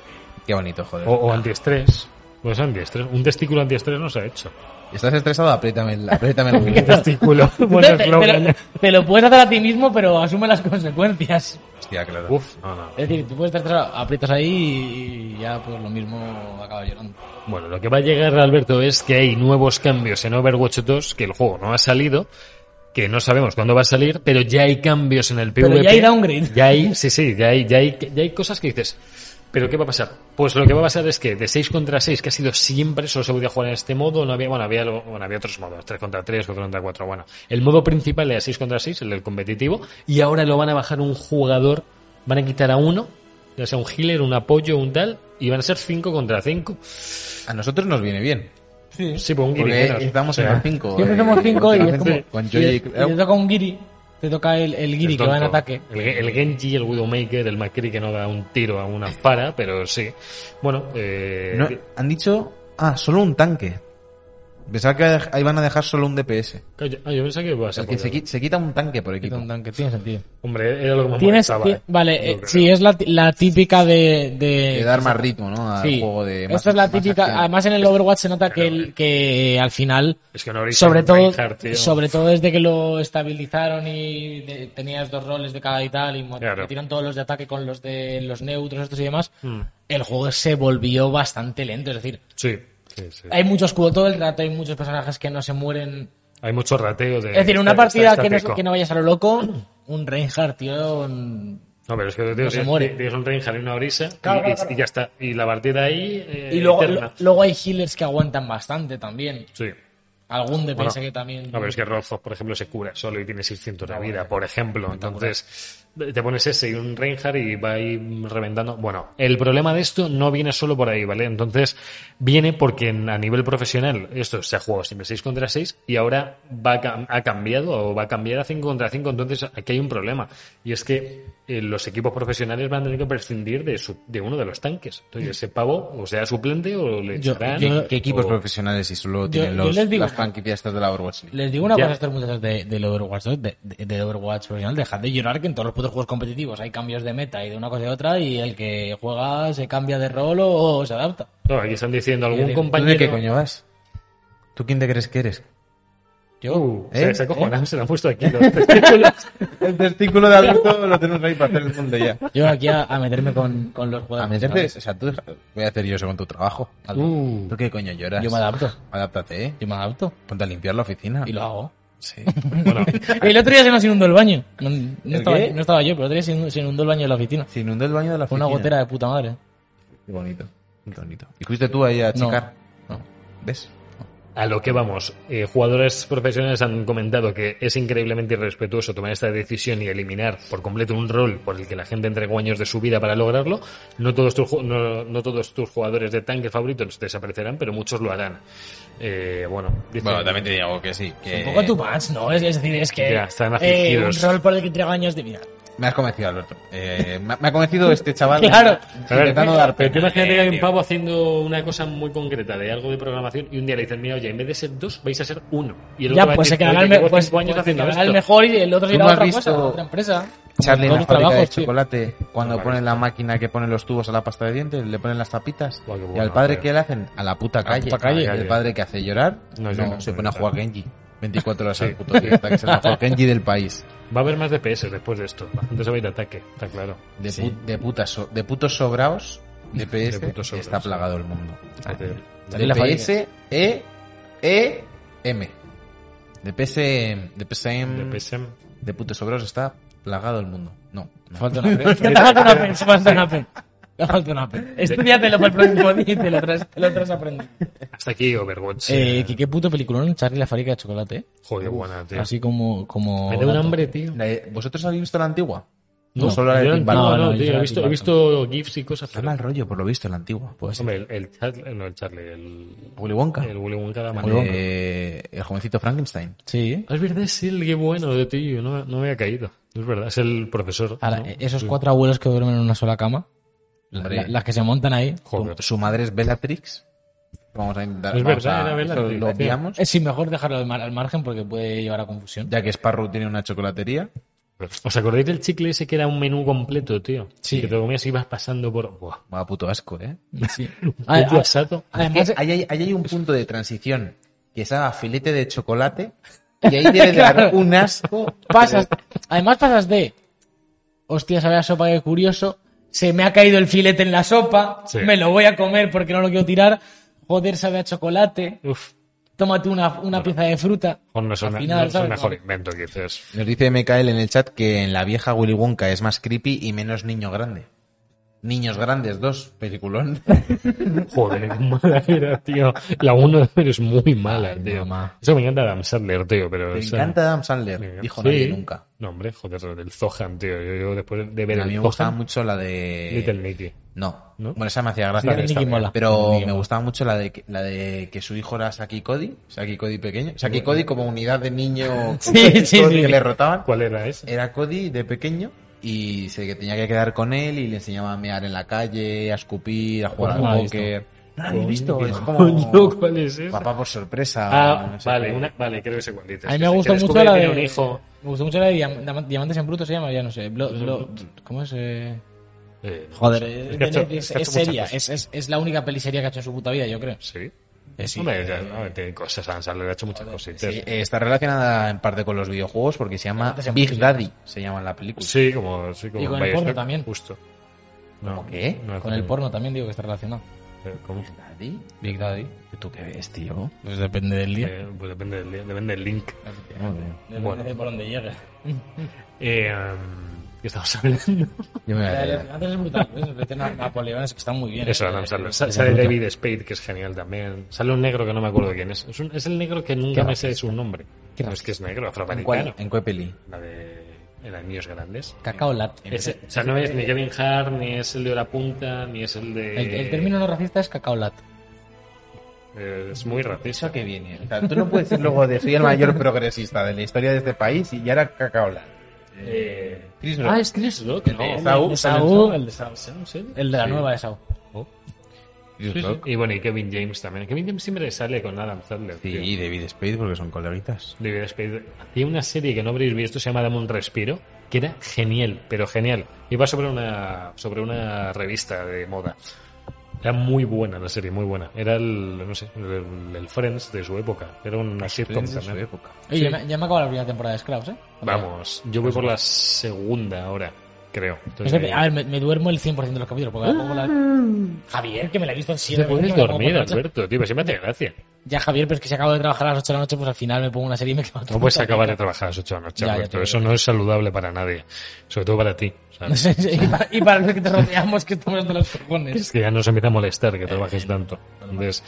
S3: Qué bonito, joder.
S2: O, o antiestrés. Pues antiestrés. Un testículo antiestrés nos ha hecho.
S3: ¿Estás estresado? Apriétame el, apriétame el
S2: Un
S3: huevo.
S2: testículo. Buen
S4: Te- te-
S2: eslogan.
S4: te, lo, te lo puedes hacer a ti mismo, pero asume las consecuencias.
S3: Hostia, claro.
S2: Uf, no, no.
S4: Es decir, tú puedes estar aprietos ahí y ya pues lo mismo acaba llorando.
S2: Bueno, lo que va a llegar, Alberto, es que hay nuevos cambios en Overwatch 2, que el juego no ha salido, que no sabemos cuándo va a salir, pero ya hay cambios en el
S4: Pero
S2: PvP.
S4: ya hay downgrade.
S2: Ya hay, sí, sí, ya hay, ya hay, ya hay cosas que dices, ¿pero qué va a pasar? Pues lo que va a pasar es que de 6 contra 6, que ha sido siempre, solo se podía jugar en este modo, no había, bueno, había, lo- bueno, había otros modos, 3 contra 3, 4 contra 4, bueno. El modo principal era 6 contra 6, el del competitivo, y ahora lo van a bajar un jugador, van a quitar a uno, ya sea un healer, un apoyo, un tal, y van a ser 5 contra 5.
S3: A nosotros nos viene bien.
S4: Sí.
S2: Sí, pues un guiri
S3: Porque
S2: menos.
S3: estamos
S2: O sea,
S3: en los 5.
S4: Siempre somos cinco y es como...
S3: Con
S4: y-
S3: Joy
S4: y te toca un giri, te toca el, el giri
S2: el
S4: que va en
S2: tonto.
S4: ataque.
S2: El, el Genji, el Widowmaker, el McCree que no da un tiro a una para, pero sí. Bueno, eh,
S3: No, han dicho, ah, solo un tanque. Pensaba que ahí van a dejar solo un DPS.
S2: calla- ah, yo pensaba que ibas a
S3: El que se,
S2: poner-
S3: qui- se quita un tanque por equipo.
S4: Tiene un tanque, tiene sentido.
S2: Hombre, era lo que me
S4: Tienes,
S2: molestaba,
S4: ti-
S2: eh. Yo
S4: vale, eh,
S2: creo.
S4: sí, es la, ti- la típica de... de-
S3: De dar más ritmo, ¿no? Al
S4: sí.
S3: juego de más-
S4: Esta es la
S3: más
S4: típica,
S3: acción.
S4: además en el Overwatch se nota que,
S2: Pero,
S4: el-
S2: eh.
S4: que al final
S2: Es que no habréis
S4: sobre todo,
S2: Reinhardt, tío.
S4: sobre todo desde que lo estabilizaron y de- tenías dos roles de cada y tal y mo-
S2: Claro.
S4: metieron todos los de ataque con los de los neutros estos y demás,
S2: Mm.
S4: el juego se volvió bastante lento. Es decir,
S2: Sí, sí, sí. Hay,
S4: hay mucho escudo todo el rato, hay muchos personajes que no se mueren.
S2: mucho rateo de.
S4: Es decir, una
S2: está- está
S4: partida que no,
S2: estático.
S4: que no vayas a lo loco, un Reinhardt, tío, un-
S2: No, pero es que tío,
S4: no se
S2: tienes-
S4: muere.
S2: tienes un Reinhardt y una brisa y-
S4: Claro,
S2: y,
S4: claro, claro.
S2: y ya está. Y la partida ahí. eh,
S4: Y luego,
S2: eterna.
S4: lo- luego hay healers que aguantan bastante también.
S2: Sí.
S4: Algún DPS
S2: Bueno,
S4: que también...
S2: No, pero es que Rolfos, por ejemplo, se cura solo y tiene 600 de vida, por ejemplo. Entonces, te pones ese y un Reinhardt y va ahí reventando. Bueno, el problema de esto no viene solo por ahí, ¿vale? Entonces, viene porque en- a nivel profesional esto se ha jugado siempre 6 contra 6 y ahora va a cam- ha cambiado o va a cambiar a 5 contra 5. Entonces, aquí hay un problema. Y es que eh, los equipos profesionales van a tener que prescindir de, su- de uno de los tanques. Entonces, ese pavo o sea suplente o le
S4: Mm. Yo-
S2: echarán,
S4: yo-
S3: ¿Qué, qué equipos
S2: o-
S3: profesionales y solo tienen
S4: yo
S3: los,
S4: les digo
S3: las
S4: una-
S3: franquicias estas de la Overwatch League?
S4: Les digo una
S2: Ya.
S4: cosa a estos muchachos de- del Overwatch 2, de, de- del Overwatch original, dejad de llorar que en todos los putos juegos competitivos hay cambios de meta y de una cosa y de otra y el que juega se cambia de rol o, o se adapta.
S2: No, aquí están diciendo
S4: Yo
S2: algún
S4: digo, ¿tú
S3: ¿Tú
S4: de
S3: de
S2: compañero.
S3: qué coño vas? ¿Tú quién te crees que eres?
S4: Yo,
S2: Uh,
S3: ¿Eh?
S2: se, se acojonan, se lo han puesto aquí los testículos.
S3: El testículo de Alberto lo tenemos ahí para hacer el mundo ya.
S4: yo aquí a, a meterme con, con los
S3: A
S4: jugadores.
S3: meterte, o sea, tú voy a hacer yo eso con tu trabajo. Alberto.
S2: Uh.
S3: ¿Tú qué coño lloras?
S4: Yo me adapto,
S3: Adáptate, ¿eh?
S4: yo me adapto
S3: Ponte a limpiar la oficina.
S4: y lo hago.
S3: Sí.
S2: bueno,
S4: El otro día se nos inundó el baño. No, no
S3: ¿El
S4: estaba,
S3: qué?
S4: no estaba yo, pero el otro día se inundó, se inundó el baño de la oficina.
S3: Se inundó el baño de la
S4: Fue
S3: oficina.
S4: una gotera de puta madre.
S3: Qué bonito. Qué bonito. ¿Y fuiste tú ahí a
S4: No.
S3: checar? No. ¿Ves?
S2: a lo que vamos. Eh, jugadores profesionales han comentado que es increíblemente irrespetuoso tomar esta decisión y eliminar por completo un rol por el que la gente entregó años de su vida para lograrlo. No todos tus, ju- no, no todos tus jugadores de tanque favoritos desaparecerán, pero muchos lo harán. Eh, bueno, dicen-
S3: te digo que sí.
S4: Un poco tu match, ¿no? Es, es decir, es que
S2: Ya, están
S4: eh, un
S2: afligidos.
S4: rol por el que entrega años de vida.
S3: Me has convencido, Alberto. Eh, me, ha- me ha convencido este chaval.
S4: Claro.
S2: A ver,
S3: Intentando dar
S2: pero tú
S3: pena.
S2: imagínate que hay
S3: Eh,
S2: un pavo haciendo una cosa muy concreta de algo de programación y un día le dicen, mira, oye, en vez de ser dos, vais a ser uno. Y el otro va
S4: Ya,
S2: a
S4: pues se
S2: decir,
S4: quedará
S2: "Oye,
S4: el, me-
S2: llevo
S4: pues,
S2: cinco años
S4: pues, se
S2: haciendo
S4: quedará
S2: esto".
S4: el mejor y el otro
S3: ¿Tú no
S4: irá a
S3: has
S4: otra
S3: visto
S4: cosa, a otra empresa.
S3: Charlie en
S4: Todos
S3: la
S4: los
S3: fábrica de
S4: trabajos, tío.
S3: chocolate, cuando
S2: Vale.
S3: ponen la máquina que ponen los tubos a la pasta de dientes, le ponen las tapitas.
S2: Guau, qué
S3: y al
S2: bueno,
S3: padre,
S2: tío.
S3: ¿qué le hacen? A la puta calle.
S4: puta calle.
S3: Y El padre que hace llorar,
S2: No,
S3: no,
S2: yo no,
S3: se
S2: no,
S3: pone a
S2: no.
S3: jugar Genji. 24 horas
S2: Sí.
S3: al puto día, hasta que es el mejor Genji del país.
S2: Va a haber más DPS después de esto. La gente se va a ir de ataque, está claro.
S3: De, pu- de, putas so- de putos sobraos, de PS,
S2: De putos sobraos.
S3: está plagado el mundo.
S4: Ah, También la
S3: DPS, E, E, M. De PS, de PSM, de,
S2: DPS.
S3: putos sobraos está plagado el mundo. No. no.
S4: Falta una P. Te falta una P, te falta una P. Te falta una P. Estudiatelo para el próximo día y te lo traes, te lo traes aprendido.
S2: Hasta aquí Overwatch.
S4: Eh, que qué puto peliculón Charlie la fábrica de chocolate, eh.
S2: Joder, buena, tío.
S4: Así como... como
S2: Me da un
S4: dato.
S2: hambre, tío.
S3: La de- ¿Vosotros habéis visto la antigua?
S2: No,
S3: ¿O solo la de
S2: yo-
S3: Tim Burton?
S2: no, no,
S4: No, no,
S2: tío,
S4: yo la
S2: he
S4: de
S2: visto,
S4: Tim
S2: he visto GIFs y cosas.
S3: Da mal rollo, por lo visto, en la antigua. Pues,
S2: Hombre, el, el Charlie, no, el Charlie, el,
S3: Willy Wonka.
S2: el Willy Wonka da mal
S3: Eh, el jovencito Frankenstein.
S4: Sí.
S2: Ah, Es verdad, sí, el qué bueno de ti, no, no me había caído. Es verdad, es el profesor.
S4: Ahora,
S2: ¿no?
S4: eh, esos cuatro abuelos que duermen en una sola cama, la-
S3: Hombre.
S4: la- las que se montan ahí,
S2: Joder.
S3: Su madre es Bellatrix. Vamos a intentar.
S2: Es
S3: vamos
S2: verdad,
S3: a-
S2: era Bellatrix,
S3: eso Lo
S2: tío.
S3: obviamos.
S4: es mejor dejarlo al, mar- al margen porque puede llevar a confusión.
S3: Ya que Sparrow tiene una chocolatería.
S2: ¿Os acordáis del chicle ese que era un menú completo, tío?
S4: Sí.
S2: Que te comías y ibas pasando por. Buah,
S3: Va puto asco, ¿eh?
S4: Sí.
S2: un
S4: Ah,
S2: puto
S4: ah,
S2: asado.
S4: Además,
S3: ahí, hay, ahí hay un punto de transición que estaba filete de chocolate. Y ahí debe de dar
S4: Claro.
S3: un asco. Eh,
S4: pasas, además pasas de, hostia, sabe la sopa, qué curioso, se me ha caído el filete en la sopa,
S2: Sí.
S4: me lo voy a comer porque no lo quiero tirar, joder, sabe a chocolate,
S2: Uf,
S4: tómate una, una pieza de fruta.
S2: con no son,
S4: Al final,
S2: no son
S4: ¿sabes?
S2: mejor invento que dices.
S3: Nos dice MKL en el chat que en la vieja Willy Wonka es más creepy y menos niño grande. Niños grandes, dos, peliculón.
S4: Pues,
S2: Joder, qué mala era, tío. La 1 es muy mala,
S4: Ay,
S2: tío.
S4: mamá.
S2: Eso me encanta Adam Sandler, tío, pero.
S3: Me
S4: eh,
S2: o sea,
S3: encanta Adam
S2: me encanta.
S3: Sandler, dijo
S2: Sí.
S3: nadie nunca.
S2: No, hombre, joder, lo del Zohan, tío. Yo, yo después de ver
S3: a mí
S2: el
S3: me gustaba
S2: Zohan,
S3: mucho la
S2: Little
S3: de...
S2: Nicky.
S3: No.
S2: ¿No?
S3: Bueno, esa me hacía
S4: Little
S3: gracia.
S4: Nicky
S3: Está-
S4: mola. Little
S3: Pero
S4: Nicky
S3: me
S4: mola.
S3: gustaba mucho la de, que- la de que su hijo era Saki Cody. Saki Cody pequeño. Saki Cody como unidad de niño
S4: Sí,
S3: Cody
S4: sí, sí.
S3: que le rotaban.
S2: ¿Cuál era ese?
S3: Era Cody de pequeño y se que tenía que quedar con él y le enseñaba a mear en la calle, a escupir, a jugar
S4: No
S3: al
S4: la he
S3: póker. Ah, No lo habéis
S2: Coño,
S3: visto.
S2: qué
S3: Es
S2: coño,
S3: como...
S2: ¿Cuál es ese?
S3: Papá por sorpresa.
S2: Ah,
S3: no sé
S2: vale,
S3: qué.
S2: una, vale, creo que sé cuál dices.
S4: A mí
S2: Que
S4: me
S2: se-
S4: gusta
S2: que
S4: mucho
S2: descubre
S4: la
S2: que
S4: de...
S2: tiene un hijo.
S4: Me gustó mucho la de diam- diam- Diamantes en Bruto, se llama, ya no sé. Blo- blo- ¿Cómo es? eh?
S2: Eh,
S4: Joder,
S2: es
S4: eh,
S2: que ha hecho- es
S4: es,
S2: que ha
S4: es
S2: hecho muchas
S4: seria,
S2: cosas.
S4: es, es- es la única peli seria que ha hecho en su puta vida, yo creo.
S2: Sí.
S4: Eh, sí.
S2: Hombre, ya, no, tiene cosas, Adam Sandler ha hecho muchas cositas.
S3: Sí,
S2: Sí,
S3: eh, está relacionada en parte con los videojuegos porque se llama
S4: Antes en
S3: Big
S4: música.
S3: Daddy, se llama la película.
S2: como, sí, como
S4: Y con el
S2: Bioshock,
S4: porno también.
S2: Justo.
S3: ¿Cómo qué?
S2: no es
S4: Con el porno también digo que está relacionado.
S2: Eh, ¿Cómo?
S3: Big Daddy.
S4: Big Daddy.
S3: ¿Tú qué ves, tío?
S4: Pues depende del día.
S2: Eh, pues depende del, depende del link.
S4: Depende
S2: Bueno.
S4: de por donde llegues.
S2: Eh, um, ¿Qué estamos hablando?
S3: Yo me voy a callar.
S4: Antes es brutal. ¿eh? Esos vecinos napoleones que están muy bien.
S2: Eh, Eso,
S4: eh.
S2: Adam Sandler. Sa-
S4: Es
S2: Sale
S4: brutal.
S2: David Spade, que es genial también. Sale un negro que no me acuerdo quién es. Es, un- es el negro que nunca me sé su nombre.
S4: Qué
S2: No es que es negro,
S3: ¿En cuál,
S2: afroamericano.
S3: ¿En cuál peli?
S2: La de en niños grandes.
S4: Cacao lat.
S2: Ese- o sea, no es ni Kevin Hart, ni es el de la punta, ni es el de.
S4: El, el término no racista es cacao lat.
S2: Eh, es muy
S3: ¿Eso
S2: racista.
S3: a qué viene? O sea, tú no puedes decir luego de soy el mayor progresista de la historia de este país y ya era cacaola.
S2: Eh,
S3: Chris
S2: ah,
S3: Rock.
S2: es Chris Rock.
S3: El
S2: No,
S3: de
S2: hombre.
S3: Saúl.
S4: El de Saúl, el de Saúl.
S2: Sam, ¿sí?
S4: El de la
S2: Sí.
S4: nueva de Saúl.
S2: Oh,
S3: Chris
S2: sí, sí.
S3: Rock.
S2: Y bueno, y Kevin James también. Kevin James siempre sale con Adam Sandler.
S3: Sí,
S2: tío.
S3: y David Spade porque son coleguitas.
S2: David Spade. Hacía una serie que no habréis visto, se llama Dame un respiro, que era genial, pero genial. Iba sobre una, sobre una revista de moda. Era muy buena la serie, muy buena. Era el, no sé, el, el Friends de su época. Era una sitcom
S3: Friends en su
S2: también.
S3: época.
S4: Oye, ya, me, ya me acabo la primera temporada de Scraps, ¿eh?
S2: Vamos, yo voy por la segunda ahora, creo.
S4: Es
S2: Entonces,
S4: que, a ver, me, me duermo el 100% de los capítulos. Porque pongo la... Javier, que me la he visto en
S2: no te
S4: 7
S2: puedes dormir, Alberto, tío, pero siempre te gracia.
S4: Ya, Javier, pero es que si acabo de trabajar a las 8 de la noche, pues al final me pongo una serie y me quedo
S2: No puedes acabar de trabajar a las 8 de la noche,
S4: Ya, ya
S2: Alberto.
S4: te
S2: Eso
S4: creo.
S2: no es saludable para nadie. Sobre todo para ti.
S4: No
S2: ¿sabes?
S4: sé, sí, y, para, y para los que te rodeamos, que estamos de los cojones.
S2: Es que ya nos empieza a molestar
S4: Eh,
S2: que trabajes tanto. Entonces,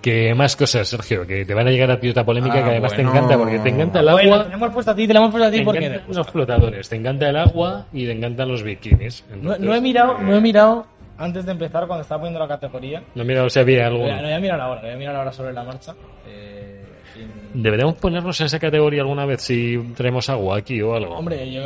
S2: que más cosas, Sergio, que te van a llegar a ti otra polémica
S3: Ah,
S2: que además
S3: bueno.
S2: te encanta, porque te encanta el
S4: Ah, Bueno, te
S2: agua,
S4: la hemos puesto a ti, te la hemos puesto a
S2: te
S4: ti porque
S2: encantan los flotadores, te encanta el agua y te encantan los bikinis.
S4: no,
S2: Entonces,
S4: no he mirado,
S2: eh,
S4: no he mirado antes de empezar cuando estaba poniendo la categoría.
S2: No he mirado si había
S4: Lo
S2: algo.
S4: voy a lo voy a mirar ahora, lo voy a mirar ahora sobre la marcha. Eh, sin-
S2: deberíamos ponernos en esa categoría alguna vez si traemos agua aquí o algo.
S4: Hombre, yo,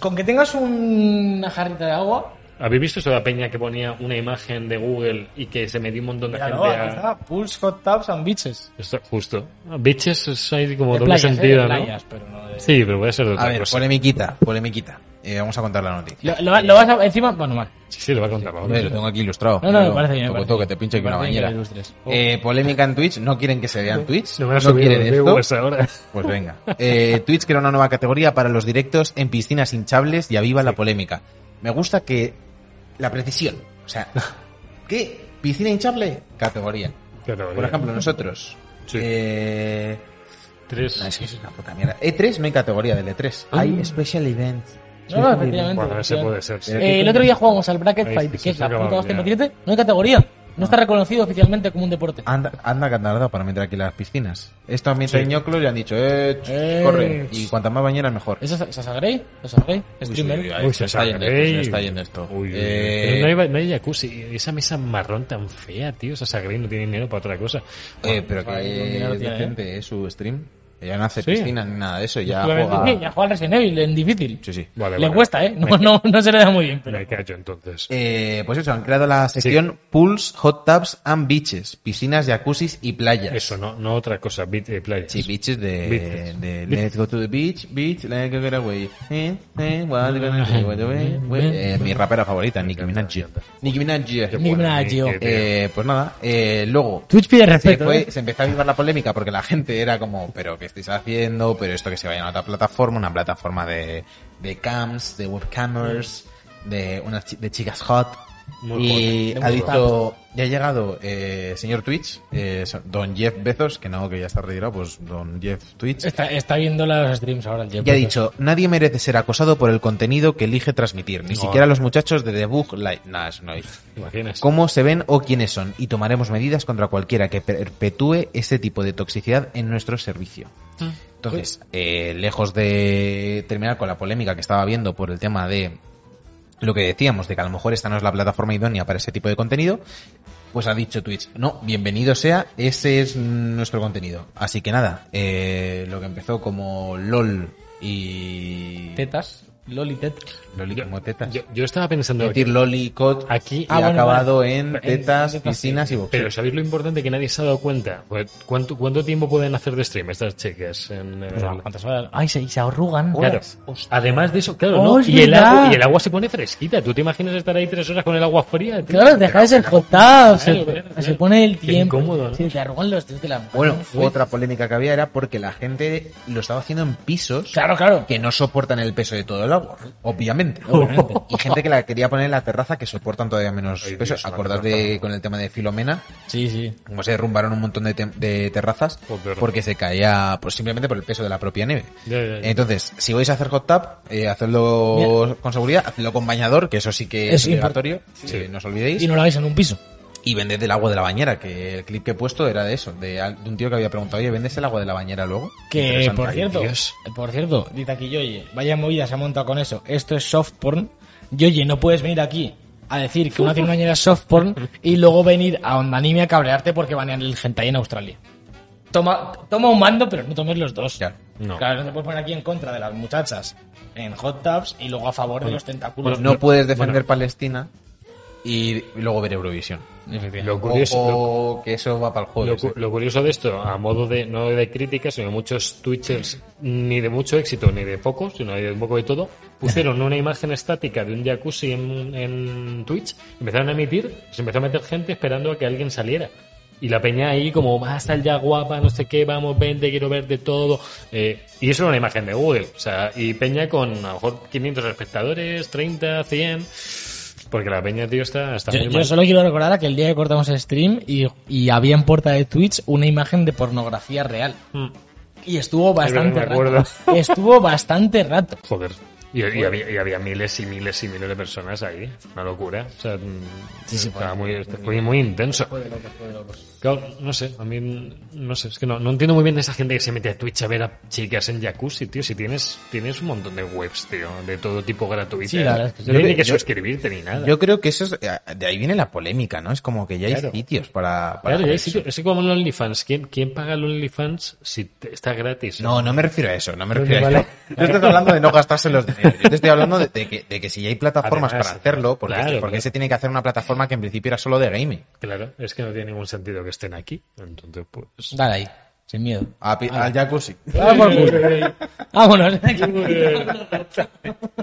S4: con que tengas una jarrita de agua,
S2: ¿Habéis visto eso de la peña que ponía una imagen de Google y que se metió un montón de
S4: mira, no,
S2: gente
S4: aquí
S2: a...
S4: está, Pulse Hot Tubs and Beaches.
S2: Esto- justo. Bitches es ahí como
S4: De
S2: doble
S4: playas, ¿eh?
S2: sentido,
S4: De
S2: ¿no?
S4: playas, pero no de-
S2: Sí, pero puede ser de otra
S3: A ver,
S2: cosa.
S3: polemiquita, polemiquita. Eh, vamos a contar la noticia.
S4: Lo, lo- lo vas a, encima, bueno, mal.
S2: Sí, sí, lo va a contar.
S3: Hombre, lo tengo aquí ilustrado.
S4: No, no, me
S3: Pero
S4: parece bien. me
S3: toco,
S4: parece
S3: toco,
S4: bien.
S3: te pincho aquí
S4: Me
S3: una
S4: parece bien
S3: bañera.
S4: que lo ilustres.
S2: Oh.
S3: Eh, polémica en Twitch, no quieren que se vea en Twitch.
S2: No me va a
S3: no
S2: subir
S3: quieren
S2: de
S3: esto.
S2: viewers ahora.
S3: Pues venga. Eh, Twitch crea una nueva categoría para los directos en piscinas hinchables y aviva la polémica. Me gusta que la precisión. O sea, ¿qué? ¿Piscina hinchable? Categoría.
S2: Pero, eh,
S3: Por ejemplo, nosotros.
S2: Sí.
S3: Eh, no, es
S2: tres...
S3: que es una puta mierda. E3 no hay categoría del E3.
S4: Ah.
S3: Hay special events.
S4: No, no, efectivamente.
S2: Bueno, ese puede
S4: efectivamente.
S2: ser. sí.
S3: Eh,
S4: Eh, el otro día jugamos al Bracket
S2: Ahí
S4: Fight,
S2: sí, se
S4: que es la
S2: acaba Ah.
S4: puta
S2: la
S4: hostia
S2: idea.
S4: ¿me entiendes? No hay categoría. No está reconocido oficialmente como un deporte.
S3: Anda, anda que han tardado para meter aquí las piscinas. Esto ambiente
S2: Sí.
S3: de ñoclo y han dicho, eh, ch-
S4: Eh,
S3: corre.
S4: ch-
S3: Y cuantas más bañeras, mejor.
S4: ¿Eso es Sasa Grey? ¿Sasa Grey? ¿Streamer?
S3: Uy, uy, uy,
S2: Uy,
S3: se
S2: se
S3: está yendo,
S2: saca,
S3: se
S2: ey.
S3: está yendo esto.
S2: Uy, uy, uy.
S3: Eh,
S2: Pero no, hay, ba- no hay jacuzzi. Esa mesa marrón tan fea, tío. Esa Sagrey no tiene dinero para otra cosa.
S3: Eh, pero que
S4: Ay, ¿dónde ya lo
S3: es
S4: tiene,
S3: decente, ¿eh? Su stream. Ella no hace
S2: Sí.
S3: piscinas ni nada de eso, ya
S4: Solamente-
S3: juega...
S4: sí, ya juega al Resident Evil en difícil.
S3: Sí, sí.
S2: Vale,
S4: Le
S2: vale.
S4: cuesta, ¿eh? No, no, no se le da muy bien, pero...
S2: Me callo, entonces.
S3: Eh, pues eso, han creado la sección Pools, Hot Tubs and Beaches. Piscinas, jacuzzis y playas.
S2: Eso, no, no otra cosa. Bit, eh, playas.
S3: Sí, beaches de,
S2: Beaches.
S3: de Let's go to the beach, beach, let's go get away. Eh, eh, what you gonna do, what you gonna do, eh, mi rapera favorita, Nicki Minaj. Nicki Minaj.
S4: Nicki Minaj, yo.
S3: Eh, pues nada, eh, luego
S4: Twitch pide
S3: se,
S4: respeto,
S3: fue-
S4: ¿eh?
S3: se empezó a avivar la polémica porque la gente era como, pero ¿qué estáis haciendo? Pero esto que se vaya a otra plataforma, una plataforma de, de cams, de webcamers, de, unas chi- de chicas hot.
S2: Muy
S3: y
S4: hot.
S3: ha
S4: De muy
S3: dicho, ya ha llegado eh, señor Twitch, eh, so- don Jeff Bezos, que no, que ya está retirado, pues don Jeff Twitch.
S2: Este
S4: Está, está viendo los streams ahora el Jeff
S3: Ya ha
S4: Bezos.
S3: dicho, nadie merece ser acosado por el contenido que elige transmitir, ni
S2: No.
S3: siquiera los muchachos de Debug Live. Nah, eso no hay
S2: ¿Te imaginas?
S3: cómo se ven o quiénes son y tomaremos medidas contra cualquiera que perpetúe este tipo de toxicidad en nuestro servicio. Entonces, eh, lejos de terminar con la polémica que estaba viendo por el tema de lo que decíamos, de que a lo mejor esta no es la plataforma idónea para ese tipo de contenido, pues ha dicho Twitch, no, bienvenido sea, ese es nuestro contenido. Así que nada, eh, lo que empezó como LOL y...
S4: Tetas. Loli tetas.
S3: Loli
S2: Yo-
S3: como tetas.
S2: Yo, yo estaba pensando...
S3: Es decir, Loli, Cot,
S2: Aquí-
S3: y
S2: Ah,
S3: ha
S2: bueno,
S3: acabado
S4: vale.
S3: en
S4: En-
S3: tetas,
S4: en tetas,
S3: piscinas y boxeo.
S2: Pero ¿sabéis lo importante que nadie se ha dado cuenta? Pues, ¿Cuánto, cuánto tiempo pueden hacer de stream estas chicas? En, eh,
S4: Pues, ¿Cuántas horas? Ay, se, y se arrugan.
S2: Claro. Además de eso, claro,
S4: Oh,
S2: ¿no?
S4: es
S2: Y el,
S4: verdad.
S2: agua, y el agua se pone fresquita. ¿Tú te imaginas estar ahí tres horas con el agua fría? tío?
S4: Claro, deja de ser hot tub,
S2: claro,
S4: se,
S2: claro.
S4: se pone el
S2: Qué
S4: tiempo.
S2: incómodo, ¿no?
S4: Sí, te arrugan los dedos de la mano.
S3: Bueno, otra polémica que había era porque la gente lo estaba haciendo en pisos
S4: Claro, claro.
S3: que no soportan el peso de todo el agua, obviamente.
S4: Obviamente.
S3: y gente que la quería poner en la terraza que soportan todavía menos
S2: Ay,
S3: peso.
S2: Dios, la
S3: Acordás de
S2: terraza.
S3: con el tema de Filomena,
S4: Sí, sí.
S3: como se derrumbaron un montón de, tem- de terrazas
S2: Joder.
S3: porque se caía pues, simplemente por el peso de la propia nieve.
S2: Ya, ya, ya.
S3: Entonces, si vais a hacer hot tub, eh, hacedlo con seguridad, hacedlo con bañador, que eso sí que es,
S4: Es
S3: obligatorio,
S2: Sí.
S3: eh, no os olvidéis
S4: Y no lo hagáis en un piso.
S3: y vended el agua de la bañera, que el clip que he puesto era de eso, de, al- de un tío que había preguntado, oye, ¿vendes el agua de la bañera luego?
S4: Que,
S3: Interesante.
S4: por cierto,
S2: Dios.
S4: por cierto, dice aquí Yoye, vaya movida se ha montado con eso. Esto es soft porn. Yoye, no puedes venir aquí a decir que una tiene una bañera es soft porn y luego venir a Onda Anime a cabrearte porque banean el hentai en Australia. Toma, toma un mando, pero no tomes los dos.
S3: Claro.
S2: No.
S4: Claro, no te puedes poner aquí en contra de las muchachas en hot tubs y luego a favor
S2: Pues
S4: de los tentáculos.
S3: Pues No puedes defender Palestina y luego ver Eurovisión.
S2: Lo curioso, lo-
S3: Ojo, que eso va ¿eh? para el juego.
S2: lo cu- lo curioso de esto, a modo de, no de crítica, sino muchos twitchers, ni de mucho éxito, ni de pocos, sino de un poco de todo, pusieron una imagen estática de un jacuzzi en, en Twitch, empezaron a emitir, se empezó a meter gente esperando a que alguien saliera. Y la peña ahí como, vas al ya guapa, no sé qué, vamos, vente, quiero ver de todo. Eh, y eso era una imagen de Google. O sea, y peña con a lo mejor 500 espectadores, 30, 100. Porque la peña, tío, está, está
S4: Yo,
S2: muy
S4: yo
S2: mal.
S4: solo quiero recordar a que el día que cortamos el stream y, y había en puerta de Twitch una imagen de pornografía real.
S2: Mm.
S4: Y estuvo
S2: verdad,
S4: bastante
S2: me acuerdo.
S4: rato. Estuvo bastante rato.
S2: Joder. Y, y había, y había miles y miles y miles de personas ahí. Una locura. O sea, mm,
S4: Sí, sí,
S2: estaba
S4: fue-
S2: muy, fue muy intenso.
S4: Fue de locos, fue de locos.
S2: Claro, no sé, a mí no sé, es que no, no entiendo muy bien esa gente que se mete a Twitch a ver a chicas en jacuzzi, tío. Si tienes, tienes un montón de webs, tío, de todo tipo gratuitas.
S4: Sí, la verdad es que sí.
S2: no tienes
S3: Yo-
S2: que
S3: yo-
S2: suscribirte ni nada.
S3: Yo creo que eso es, eh, de ahí viene la polémica, ¿no? Es como que ya hay
S2: Claro.
S3: sitios para, para
S2: claro, ya hay
S3: eso.
S2: sitio- es que como en OnlyFans, ¿quién, quién paga el OnlyFans si te- está gratis?
S3: No, no me refiero a eso, no me
S2: Pero
S3: refiero
S2: me
S3: a
S2: vale.
S3: eso. No estoy hablando de no gastarse los dineros. Yo te estoy hablando de, de que, de que si ya hay plataformas
S2: Además,
S3: para hacerlo, porque,
S2: claro,
S3: porque
S2: claro.
S3: se tiene que hacer una plataforma que en principio era solo de gaming.
S2: Claro, es que no tiene ningún sentido que estén aquí. Entonces, pues.
S4: Dale ahí, sin miedo. Ah,
S3: A pi- al jacuzzi.
S4: Vámonos.
S2: Sí,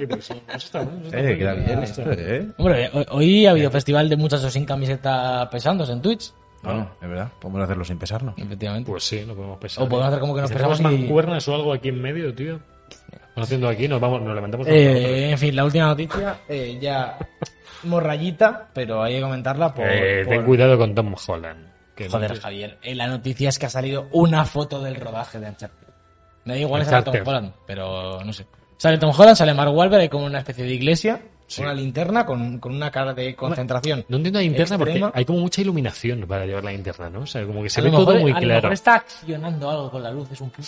S2: pues, eso está bueno, eso está
S3: Eh,
S2: bueno.
S3: queda bien
S2: Está
S3: esto, eh.
S4: Hombre, hoy- hoy ha habido festival de muchachos sin camiseta pesándose en Twitch.
S3: Bueno, es verdad, podemos hacerlo sin pesarnos.
S4: Efectivamente.
S2: Pues sí, no podemos pesar.
S4: O podemos hacer como que nos
S2: Necesitamos
S4: pesamos y...
S2: mancuernas o algo aquí en medio, tío. Vamos haciendo aquí, nos vamos, nos levantamos. unos por otros.
S4: Eh, en fin, la última noticia, eh, ya morrayita, pero hay que comentarla por...
S2: Eh,
S4: por-
S2: Ten cuidado con Tom Holland. que
S4: Joder,
S2: no te-
S4: Javier, eh, la noticia es que ha salido una foto del rodaje de Uncharted. Me da igual esa Tom
S2: Uncharted.
S4: Holland, pero no sé. Sale Tom Holland, sale Mark Wahlberg, hay como una especie de iglesia,
S2: Sí.
S4: una linterna con, con una cara de concentración.
S2: No entiendo la linterna
S4: Extrema.
S2: porque hay como mucha iluminación para llevar la linterna, ¿no? O sea, como que se
S4: A
S2: ve
S4: lo mejor-
S2: todo muy
S4: a lo
S2: claro.
S4: mejor está accionando algo con la luz, es un puto.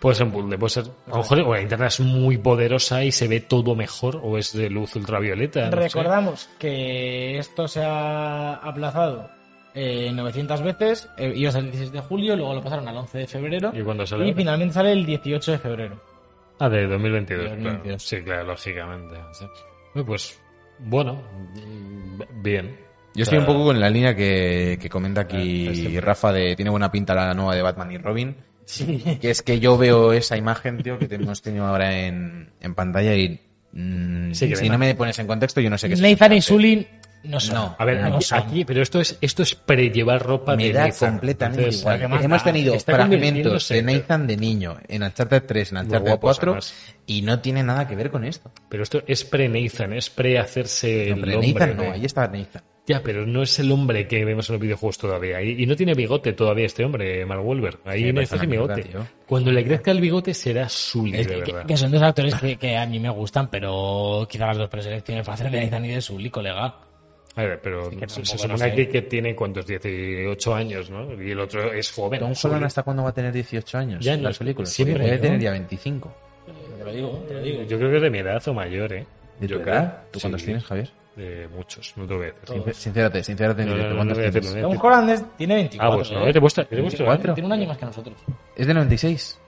S2: Puede ser un puzzle, puede ser. A lo mejor o la linterna es muy poderosa y se ve todo mejor, o es de luz ultravioleta. no sé.
S4: Recordamos que esto se ha aplazado eh, 900 veces, eh, iba a ser el 16 de julio, luego lo pasaron al 11 de febrero
S2: ¿Y cuándo sale
S4: y
S2: ahora?
S4: finalmente sale el 18 de febrero.
S2: Ah, de 2022. claro.
S4: 2022.
S2: Sí, claro, lógicamente. Sí. Eh, Pues, bueno, mm, bien.
S3: Yo
S2: O sea,
S3: estoy un poco con la línea que, que comenta aquí
S2: Ah, siempre.
S3: Rafa de tiene buena pinta la nueva de Batman y Robin. Que es que yo veo esa imagen, tío, que te- hemos tenido ahora en, en pantalla y mm,
S2: Sí, que
S3: si
S2: me
S3: no me pones en contexto, yo no sé qué es.
S4: Nathan y Sully no son.
S3: No,
S2: A ver,
S4: no
S2: aquí,
S4: son.
S2: aquí- pero esto es esto es pre-llevar ropa
S3: me
S2: de
S3: da
S2: Nathan.
S3: completamente
S2: Entonces, ah,
S3: igual.
S4: ¿qué más
S3: Hemos
S4: da?
S3: tenido
S2: Está
S3: fragmentos
S2: convirtiéndose,
S3: de Nathan de niño en Uncharted 3, en Uncharted
S2: guapos,
S3: 4
S2: además.
S3: y no tiene nada que ver con esto.
S2: Pero esto es pre-Nathan, es pre-hacerse el
S3: Hombre, eh.
S2: hombre.
S3: Nathan
S2: de-
S3: no, ahí está Nathan.
S2: Ya, pero no es el hombre que vemos en los videojuegos todavía. Y, y no tiene bigote todavía este hombre, Mark Wahlberg. Ahí
S3: Sí, me parece
S2: necesita
S3: una mierda,
S2: bigote.
S3: tío.
S2: Cuando le crezca el bigote será Sully,
S4: Es
S2: de
S4: que,
S2: verdad.
S4: que son dos actores que, que a mí me gustan, pero quizá las dos preselecciones para hacer de Nathan y de Sully, colega.
S2: A ver, pero
S4: Sí,
S2: se,
S4: que tampoco
S2: se
S4: lo
S2: supone
S4: sé.
S2: aquí que tiene, ¿cuántos? 18 años, ¿no? Y el otro es joven.
S3: Tom
S2: Sully.
S3: Holland hasta cuándo va a tener 18 años
S2: Ya,
S3: en
S2: no,
S3: las películas.
S2: siempre,
S3: Porque
S2: ¿no?
S3: Debe tener ya 25.
S4: Te lo digo, te lo digo.
S2: Yo creo que es de mi edad o mayor, ¿eh?
S3: ¿De
S2: Yo
S3: tu
S2: creo.
S3: edad? ¿Tú
S2: Sí,
S3: cuántos tienes, Javier?
S2: De muchos, no te lo voy a decir.
S3: Sincer- Sincérate, sincérate en
S2: No, no,
S3: directo.
S2: no,
S3: ¿Cuántos
S2: no voy a
S3: tienes?
S2: decirlo,
S4: Tom Holland es- tiene
S2: Ah,
S4: 24.
S2: pues no,
S4: ¿eh?
S2: eres vuestra, eres vuestra, ¿eh?
S3: 24.
S4: Tiene un año más que nosotros.
S3: ¿Es de 96?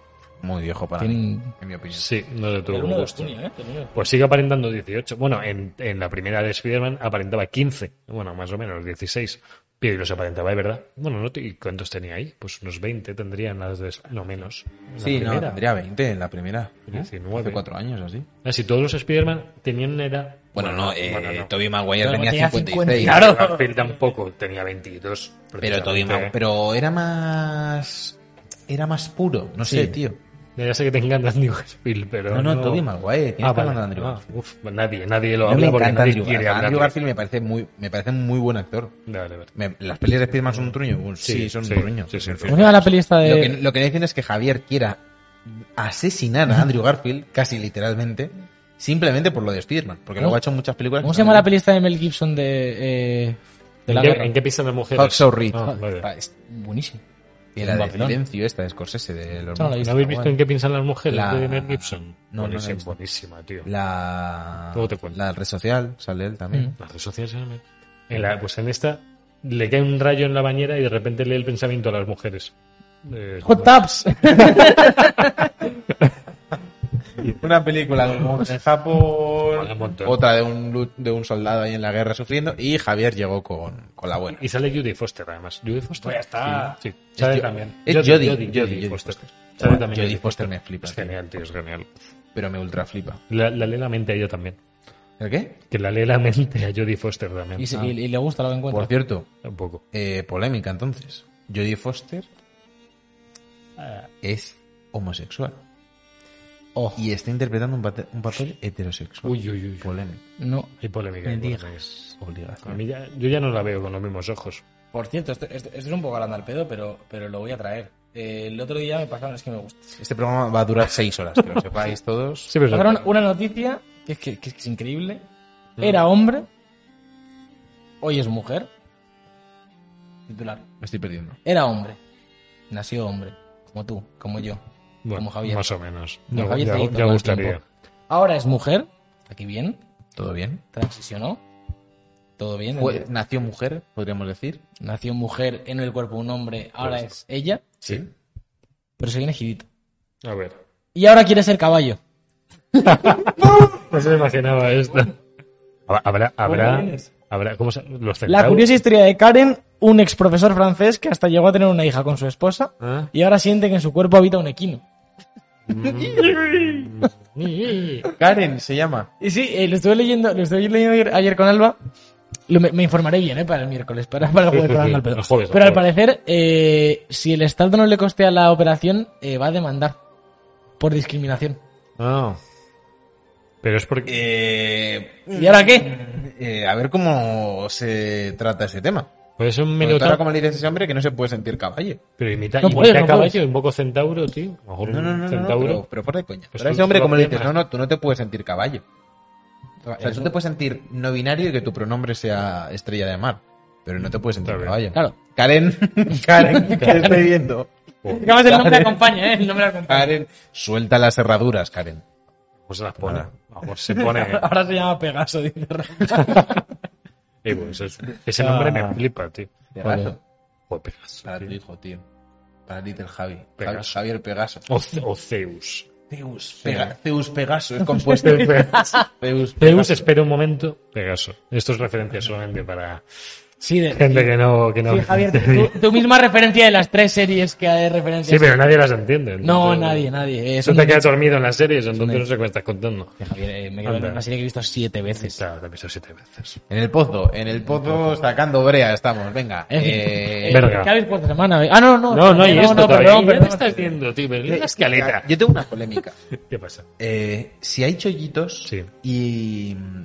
S3: Muy viejo para mí,
S4: Tiene
S3: en mi opinión.
S2: Sí, no de tu
S4: el 1 de
S2: gusto.
S4: junio, ¿eh? Te lo digo.
S2: Pues sigue aparentando 18. Bueno, en, en la primera de Spider-Man aparentaba 15. Bueno, más o menos, 16. Pero y los aparentaba de verdad. Bueno, no te- ¿y cuántos tenía ahí? Pues unos 20 tendrían las de... No, menos. En la
S3: Sí, no,
S2: primera.
S3: tendría 20 en la primera. ¿no?
S2: 19.
S3: Hace 4 años, así.
S2: Ah, Si todos los Spider-Man tenían una edad...
S3: Bueno, no, eh,
S2: bueno, no.
S3: Tobey Maguire
S4: Claro,
S3: tenía
S4: tenía
S3: 56.
S4: Claro.
S2: Garfield tampoco tenía 22.
S3: Pero Tobey
S2: precisamente.
S3: Maguire, pero era más era más puro, no sé,
S4: Sí.
S3: tío.
S2: Ya sé que te encanta Andrew Garfield, pero...
S3: No, no, Tobey Maguire, tienes
S2: Ah,
S3: que
S2: vale.
S3: hablar de Andrew
S2: Ah,
S3: Garfield.
S2: uf, nadie, nadie lo
S3: No me
S2: habla porque
S3: encanta
S2: nadie
S3: Andrew
S2: quiere
S3: Garfield.
S2: hablar.
S3: Andrew
S2: de-
S3: Garfield me parece muy me parece un muy buen actor.
S2: Vale, vale.
S3: Me- las pelis de Spider-Man son un truño. Un- Sí,
S2: Sí,
S3: son
S2: sí,
S3: un truño.
S2: sí, sí,
S3: En fin.
S4: ¿Cómo se llama la peli esta de...?
S3: Lo que, lo que no entiendo es que Javier quiera asesinar a Andrew Garfield, casi literalmente, simplemente por lo de Spider-Man. Porque luego ha hecho muchas películas.
S4: ¿Cómo
S3: que
S4: se llama la
S3: también-
S4: peli esta de Mel Gibson de... eh, de
S2: ¿En,
S4: la
S2: qué,
S4: guerra?
S2: ¿En qué pisan las mujeres?
S3: Hacksaw Ridge.
S2: Ah, vale.
S4: Está- es buenísimo.
S3: Y la
S4: Un
S3: de
S4: papelón.
S3: Silencio, esta de Scorsese. De los
S4: No, la he
S2: ¿No
S4: visto.
S2: habéis visto en qué piensan las mujeres
S3: La-
S2: de Mel Gibson?
S3: No, no la he
S2: buenísima,
S3: visto.
S2: buenísima, tío.
S3: La,
S2: Luego te cuento.
S3: la red social, sale él
S4: Mm.
S3: también.
S2: Las redes sociales eran- en la- Pues en esta le cae un rayo en la bañera y de repente lee el pensamiento a las mujeres. Eh,
S4: Hot Tubs.
S3: Una película de un en
S2: Mola un
S3: Japón,
S2: montón.
S3: otra de un, lu- de un soldado ahí en la guerra sufriendo, y Javier llegó con, con la buena.
S2: y sale Judy Foster, además. Judy Foster.
S4: Pues ya está.
S2: Sí, sí. Sale
S3: Jodie-
S2: también.
S3: es
S2: Jodie-
S3: Jodie-
S2: Jodie-
S3: Jodie-
S2: Jodie
S3: Jodie
S2: Foster.
S3: Foster.
S2: Sale también
S3: Jodie
S2: Jodie
S3: Foster me flipa,
S2: Es
S3: tío.
S2: genial, tío, es genial.
S3: Pero me ultra flipa.
S2: La, la lee la mente a ella también.
S3: ¿El qué?
S2: Que la lee la mente a Jodie Foster también. Ah,
S4: y, se- y- y le gusta lo que encuentra.
S3: Por cierto,
S2: Un poco.
S3: Eh, polémica entonces. Jodie Foster Eh. es homosexual
S4: Oh,
S3: y está interpretando un, pate- un papel heterosexual.
S2: Uy, uy, uy.
S3: Polémica.
S4: no.
S2: Hay polémica.
S4: Me
S2: hay
S4: digas.
S2: polémica. A
S3: Obligación.
S2: mí ya, yo ya no la veo con los mismos ojos.
S4: Por cierto, esto, esto- esto es un poco grande al pedo, pero, pero lo voy a traer. Eh, el otro día me pasaron, es que me gusta.
S3: Este programa va a durar seis horas, que lo sepáis todos.
S2: Sí, pero es
S4: Sacaron
S2: verdad.
S4: una noticia que es, que, que es increíble. Era hombre, hoy es mujer. Titular.
S3: Me estoy perdiendo.
S4: Era hombre, nació hombre, como tú, como yo,
S2: Bueno,
S4: como Javier.
S2: más o menos.
S4: Como
S2: Ya-
S4: Javier
S2: ya-
S4: Benito,
S2: ya
S4: más
S2: gustaría.
S4: tiempo. Ahora es mujer, aquí bien,
S3: ¿Todo bien?
S4: transicionó, todo bien. eh,
S3: Fue- nació mujer, podríamos decir.
S4: Nació mujer en el cuerpo de un hombre, ahora
S2: Pues-
S4: es ella,
S3: Sí.
S4: pero se viene girito.
S2: A ver.
S4: Y ahora quiere ser caballo.
S2: No se me imaginaba esto. Habrá, habrá,
S4: vienes?
S2: habrá, ¿cómo se, los
S4: La
S2: centauros?
S4: curiosa historia de Karen, un ex profesor francés que hasta llegó a tener una hija con su esposa
S2: Ah.
S4: y ahora siente que en su cuerpo habita un equino.
S3: Karen se llama.
S4: Y sí, eh, lo estuve leyendo, lo estuve leyendo ayer, ayer con Alba. Lo- me, me informaré bien, ¿eh? Para el miércoles, para, para el
S2: Sí,
S4: jueves,
S2: sí,
S4: para
S2: sí.
S4: darme al pedo.
S2: El jueves, el
S4: Pero al
S2: jueves.
S4: parecer, eh, si el Estado no le costea la operación, eh, va a demandar por discriminación.
S3: No.
S2: Pero es porque...
S4: ¿Y ahora qué?
S3: Eh, a ver cómo se trata ese tema.
S2: Pues es un
S3: Pero ahora
S2: minotauro.
S3: como le dices a ese hombre que no se puede sentir caballo.
S2: Pero imita,
S4: No
S2: imita
S4: puedes, no
S2: caballo,
S4: puedes.
S2: invoco centauro, tío. A lo mejor
S3: No, no,
S2: un
S3: no, no, no,
S2: centauro.
S3: pero, pero por de coña.
S2: Pues
S3: Pero a
S2: tú-
S3: ese hombre
S2: tú
S3: como le
S2: problemas.
S3: dices, no, no, tú no te puedes sentir caballo. O sea, tú te puedes sentir no binario y que tu pronombre sea estrella de mar, pero no te puedes sentir
S2: Está bien.
S3: caballo.
S4: Claro.
S3: Karen, Karen, ¿qué estoy viendo?
S4: Digamos, el nombre acompaña, ¿eh? El nombre acompaña.
S3: Karen, suelta las herraduras, Karen.
S2: Pues se las pone.
S3: Ahora.
S2: A lo mejor se pone.
S4: Ahora se llama Pegaso, dice Rafa.
S2: Eh, pues, es- ese nombre
S4: Ah.
S2: me flipa, tío.
S3: Pegaso.
S2: O Pegaso.
S3: Para
S2: tío.
S3: tu hijo, tío. Para Little Javi. Javi-
S2: Pegaso.
S3: Javier Pegaso.
S2: O, Ce- o Zeus.
S3: Zeus, Pega- Zeus Pegaso, es compuesto. Zeus,
S2: Zeus,
S3: Pegaso.
S2: espera un momento. Pegaso. Esto es referencia solamente para
S4: Sí, de-
S2: gente que no. Que no
S4: sí, Javier, tu, tu misma referencia de las tres series que hay referencia.
S2: Sí, pero nadie las entiende.
S4: No,
S2: entonces-
S4: nadie, nadie. Eh,
S2: Tú
S4: son-
S2: te quedas dormido en las series, entonces no sé qué me estás contando.
S4: Javier, eh, me quedo en
S2: Anda.
S4: una serie que he visto siete veces.
S2: Claro, te he visto siete veces.
S3: En el pozo, en el pozo sacando brea estamos, venga.
S4: En fin.
S3: Eh,
S4: Eh,
S2: verga.
S4: ¿Qué habéis puesto semana? Ah, no, no.
S2: No, no hay esto todavía.
S4: perdón,
S2: ¿Qué
S4: perdón.
S2: estás viendo, tío? Pero lee la escaleta.
S3: Yo tengo una polémica.
S2: ¿Qué pasa?
S3: Eh, si hay chollitos
S2: Sí.
S3: y, mm,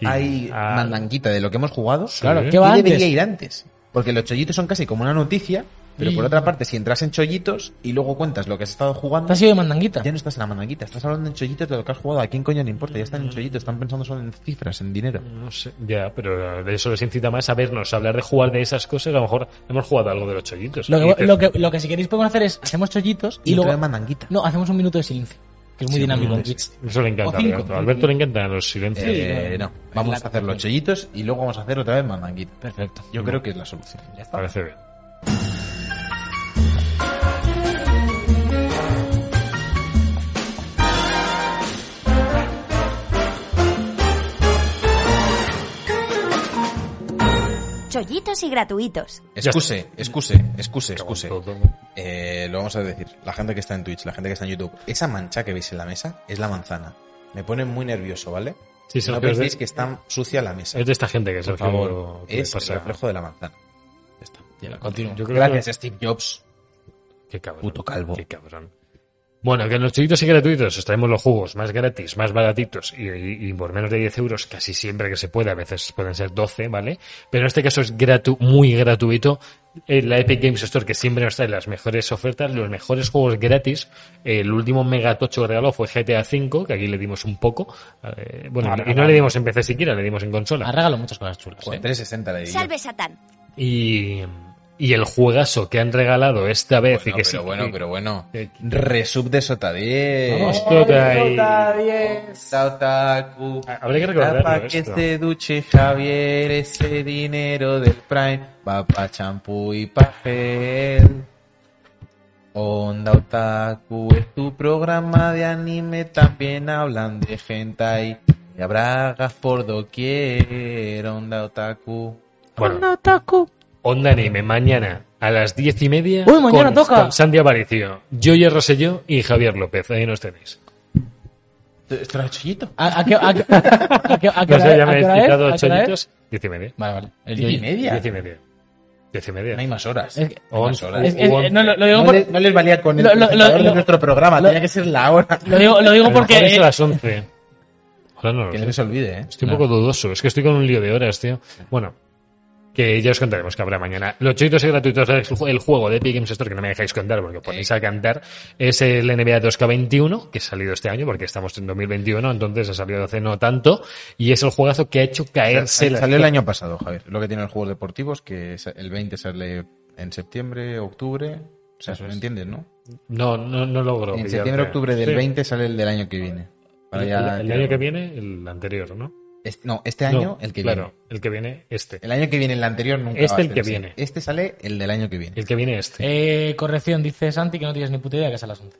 S2: Y-
S3: hay
S2: ah.
S3: mandanguita de lo que hemos jugado,
S4: Claro,
S2: Sí.
S4: ¿qué va
S3: debería
S4: antes?
S3: ir antes. Porque los chollitos son casi como una noticia, pero por
S4: Y-
S3: otra parte, si entras en chollitos y luego cuentas lo que has estado jugando,
S4: ¿Te has ido de mandanguita?
S3: ya no estás en la mandanguita, estás hablando en chollitos de lo que has jugado. ¿A quién coño le importa? Ya están en chollitos, están pensando solo en cifras, en dinero.
S2: No sé, ya, pero de eso les incita más a vernos, a hablar de jugar de esas cosas. A lo mejor hemos jugado algo de los chollitos.
S4: Lo
S2: Y
S4: que,
S2: dices,
S4: lo, que, lo que si queréis podemos hacer es hacemos chollitos y,
S3: Y luego de
S4: luego...
S3: mandanguita.
S4: No, hacemos un minuto de silencio, que es muy
S3: Sí,
S4: dinámico
S3: un
S4: en
S3: minuto de
S4: Twitch.
S2: Eso le encanta
S4: O
S2: a
S4: cinco.
S2: Alberto. A Alberto le encantan los silencios.
S3: Eh, no, vamos
S4: La-
S3: a hacer los chollitos y luego vamos a hacer otra vez mandanguita.
S4: Perfecto.
S3: Yo creo que es la solución. Ya está.
S2: Parece bien.
S1: Chollitos y gratuitos.
S3: Excuse, excuse, excuse, excuse.
S2: Todo.
S3: Eh, lo vamos a decir. La gente que está en Twitch, la gente que está en YouTube. Esa mancha que veis en la mesa es la manzana. Me pone muy nervioso, ¿vale?
S2: Sí, sí,
S3: no
S2: pero es de-
S3: penséis que está sucia la mesa.
S2: Es de esta gente que
S3: Por
S2: Sergio
S3: favor,
S2: que
S3: es
S2: pasa-
S3: el reflejo de la manzana. Ya está.
S4: Continúo.
S2: Yo creo
S3: Gracias, Steve Jobs.
S2: que- Qué cabrón.
S3: Puto calvo.
S2: Qué cabrón. Bueno, que en los chollitos y gratuitos os traemos los jugos más gratis, más baratitos y, y- y por menos de 10 euros casi siempre que se puede. A veces pueden ser 12, ¿vale? Pero en este caso es gratu muy gratuito. Eh, la Epic Games Store que siempre nos trae las mejores ofertas, los mejores juegos gratis. El último megatocho que regaló fue GTA V, que aquí le dimos un poco. Eh, bueno,
S4: Ah,
S2: y no
S4: ah,
S2: le dimos en PC siquiera, le dimos en consola.
S4: Ha regalado muchas cosas chulas.
S3: Joder,
S4: ¿eh?
S3: 360 le digo.
S1: Salve Satán.
S2: Y, y el juegazo que han regalado esta vez y
S3: Bueno,
S2: que sí,
S3: Pues pero bueno, pero bueno.
S2: que-
S3: Resub de Sota 10.
S2: Vamos, Tota, y-
S3: Otaku.
S2: Ah, habría que recordarlo,
S3: Para que
S2: esto.
S3: se duche Javier, ese dinero del Prime va pa' champú y pa' gel. Onda Otaku es tu programa de anime, también hablan de hentai. Y habrá gas por doquier, Onda Otaku.
S2: Bueno, Onda Anime, mañana a las diez y media.
S4: Uy, mañana
S2: con
S4: toca.
S2: Sandy Aparicio, Yoye Roselló y Javier López. Ahí nos tenéis.
S3: ¿Esto era chollito?
S4: ¿A, a qué, a, qué- a qué- a
S2: No
S4: qué hora
S2: sé,
S4: es?
S2: ya
S4: ¿A
S2: me
S4: qué
S2: he
S4: hora
S2: quitado
S4: es? ¿A qué hora es?
S2: chollitos. Diez y media.
S4: Vale, vale. El
S3: ¿Diez y
S4: yo-
S3: media?
S2: Diez y media. Diez y
S3: No hay
S2: media.
S3: más horas.
S4: Es que-
S3: No hay más
S2: Once.
S3: horas.
S4: Es- es- eh, no, lo, lo digo
S3: No,
S4: por-
S3: le- no les valía con el
S4: Lo- lo-
S3: presentador
S4: lo-
S3: de
S4: lo-
S3: nuestro programa, tenía que ser la hora.
S4: lo digo, lo digo
S2: A lo
S4: porque...
S2: mejor es
S4: eh,
S2: a las once. Ahora no lo
S3: Que
S2: sé.
S3: no se olvide, ¿eh?
S2: Estoy un poco dudoso. Es que estoy con un lío de horas, tío. Bueno, que ya os contaremos que habrá mañana. Los chicos y gratuitos del ju- el juego de Epic Games Store, que no me dejáis contar porque os ponéis a cantar, es el NBA 2K21, que ha salido este año porque estamos en 2021, entonces ha salido hace no tanto, y es el juegazo que ha hecho caerse la...
S3: Salió el año pasado, Javier. Lo que tienen los juegos deportivos, que sa- el 20 sale en septiembre, octubre. O sea, ¿me entiendes, no?
S2: No, no, no logro.
S3: En
S2: pillarte.
S3: septiembre, octubre del
S2: Sí.
S3: 20 sale el del año que viene. Para
S2: El-
S3: ya-
S2: el, año que viene, el anterior, ¿no?
S3: Este- no, este año,
S2: No,
S3: el que
S2: claro,
S3: viene.
S2: el que viene, este.
S3: El año que viene, el anterior nunca.
S2: Este
S3: va a
S2: el
S3: ser
S2: que
S3: así.
S2: viene.
S3: Este sale el del año que viene.
S2: El que viene, este.
S4: Eh, corrección, dice Santi que no tienes ni puta idea que es a las 11.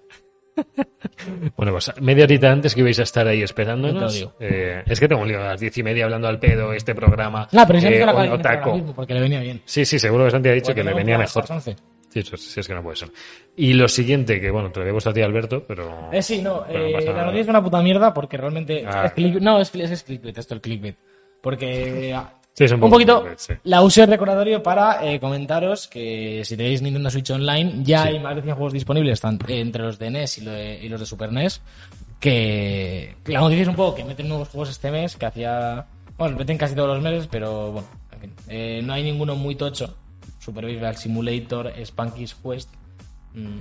S2: Bueno, pues media horita antes que ibais a estar ahí
S4: No
S2: esperándonos.
S4: te lo digo.
S2: Eh, es que tengo un lío a las diez y media hablando al pedo este programa.
S4: No, pero yo no
S2: eh,
S4: la cual
S2: Otaku.
S4: porque le venía bien.
S2: Sí, sí, seguro que Santi ha dicho que le venía mejor.
S4: A las 11.
S2: Sí, eso- sí, es que no puede ser. Y lo siguiente, que bueno, te lo debo a ti, Alberto, pero.
S4: Eh, sí, no,
S2: pero
S4: eh,
S2: pasa
S4: la
S2: nada.
S4: noticia es una puta mierda porque realmente.
S2: Ah.
S4: es click- no, es, es, es clickbait, esto el clickbait. Porque. ah,
S2: Sí, es un
S4: un,
S2: poco
S4: poquito
S2: clickbait, sí.
S4: la usé de recordatorio para eh, comentaros que si tenéis Nintendo Switch Online, ya hay más de 100 juegos disponibles tan- entre los de NES y, lo de- y los de Super NES. Que la noticia es un poco que meten nuevos juegos este mes, que hacía. Bueno, meten casi todos los meses, pero bueno, en fin. Eh, no hay ninguno muy tocho. Super Viral Simulator, Spanky's Quest. mm,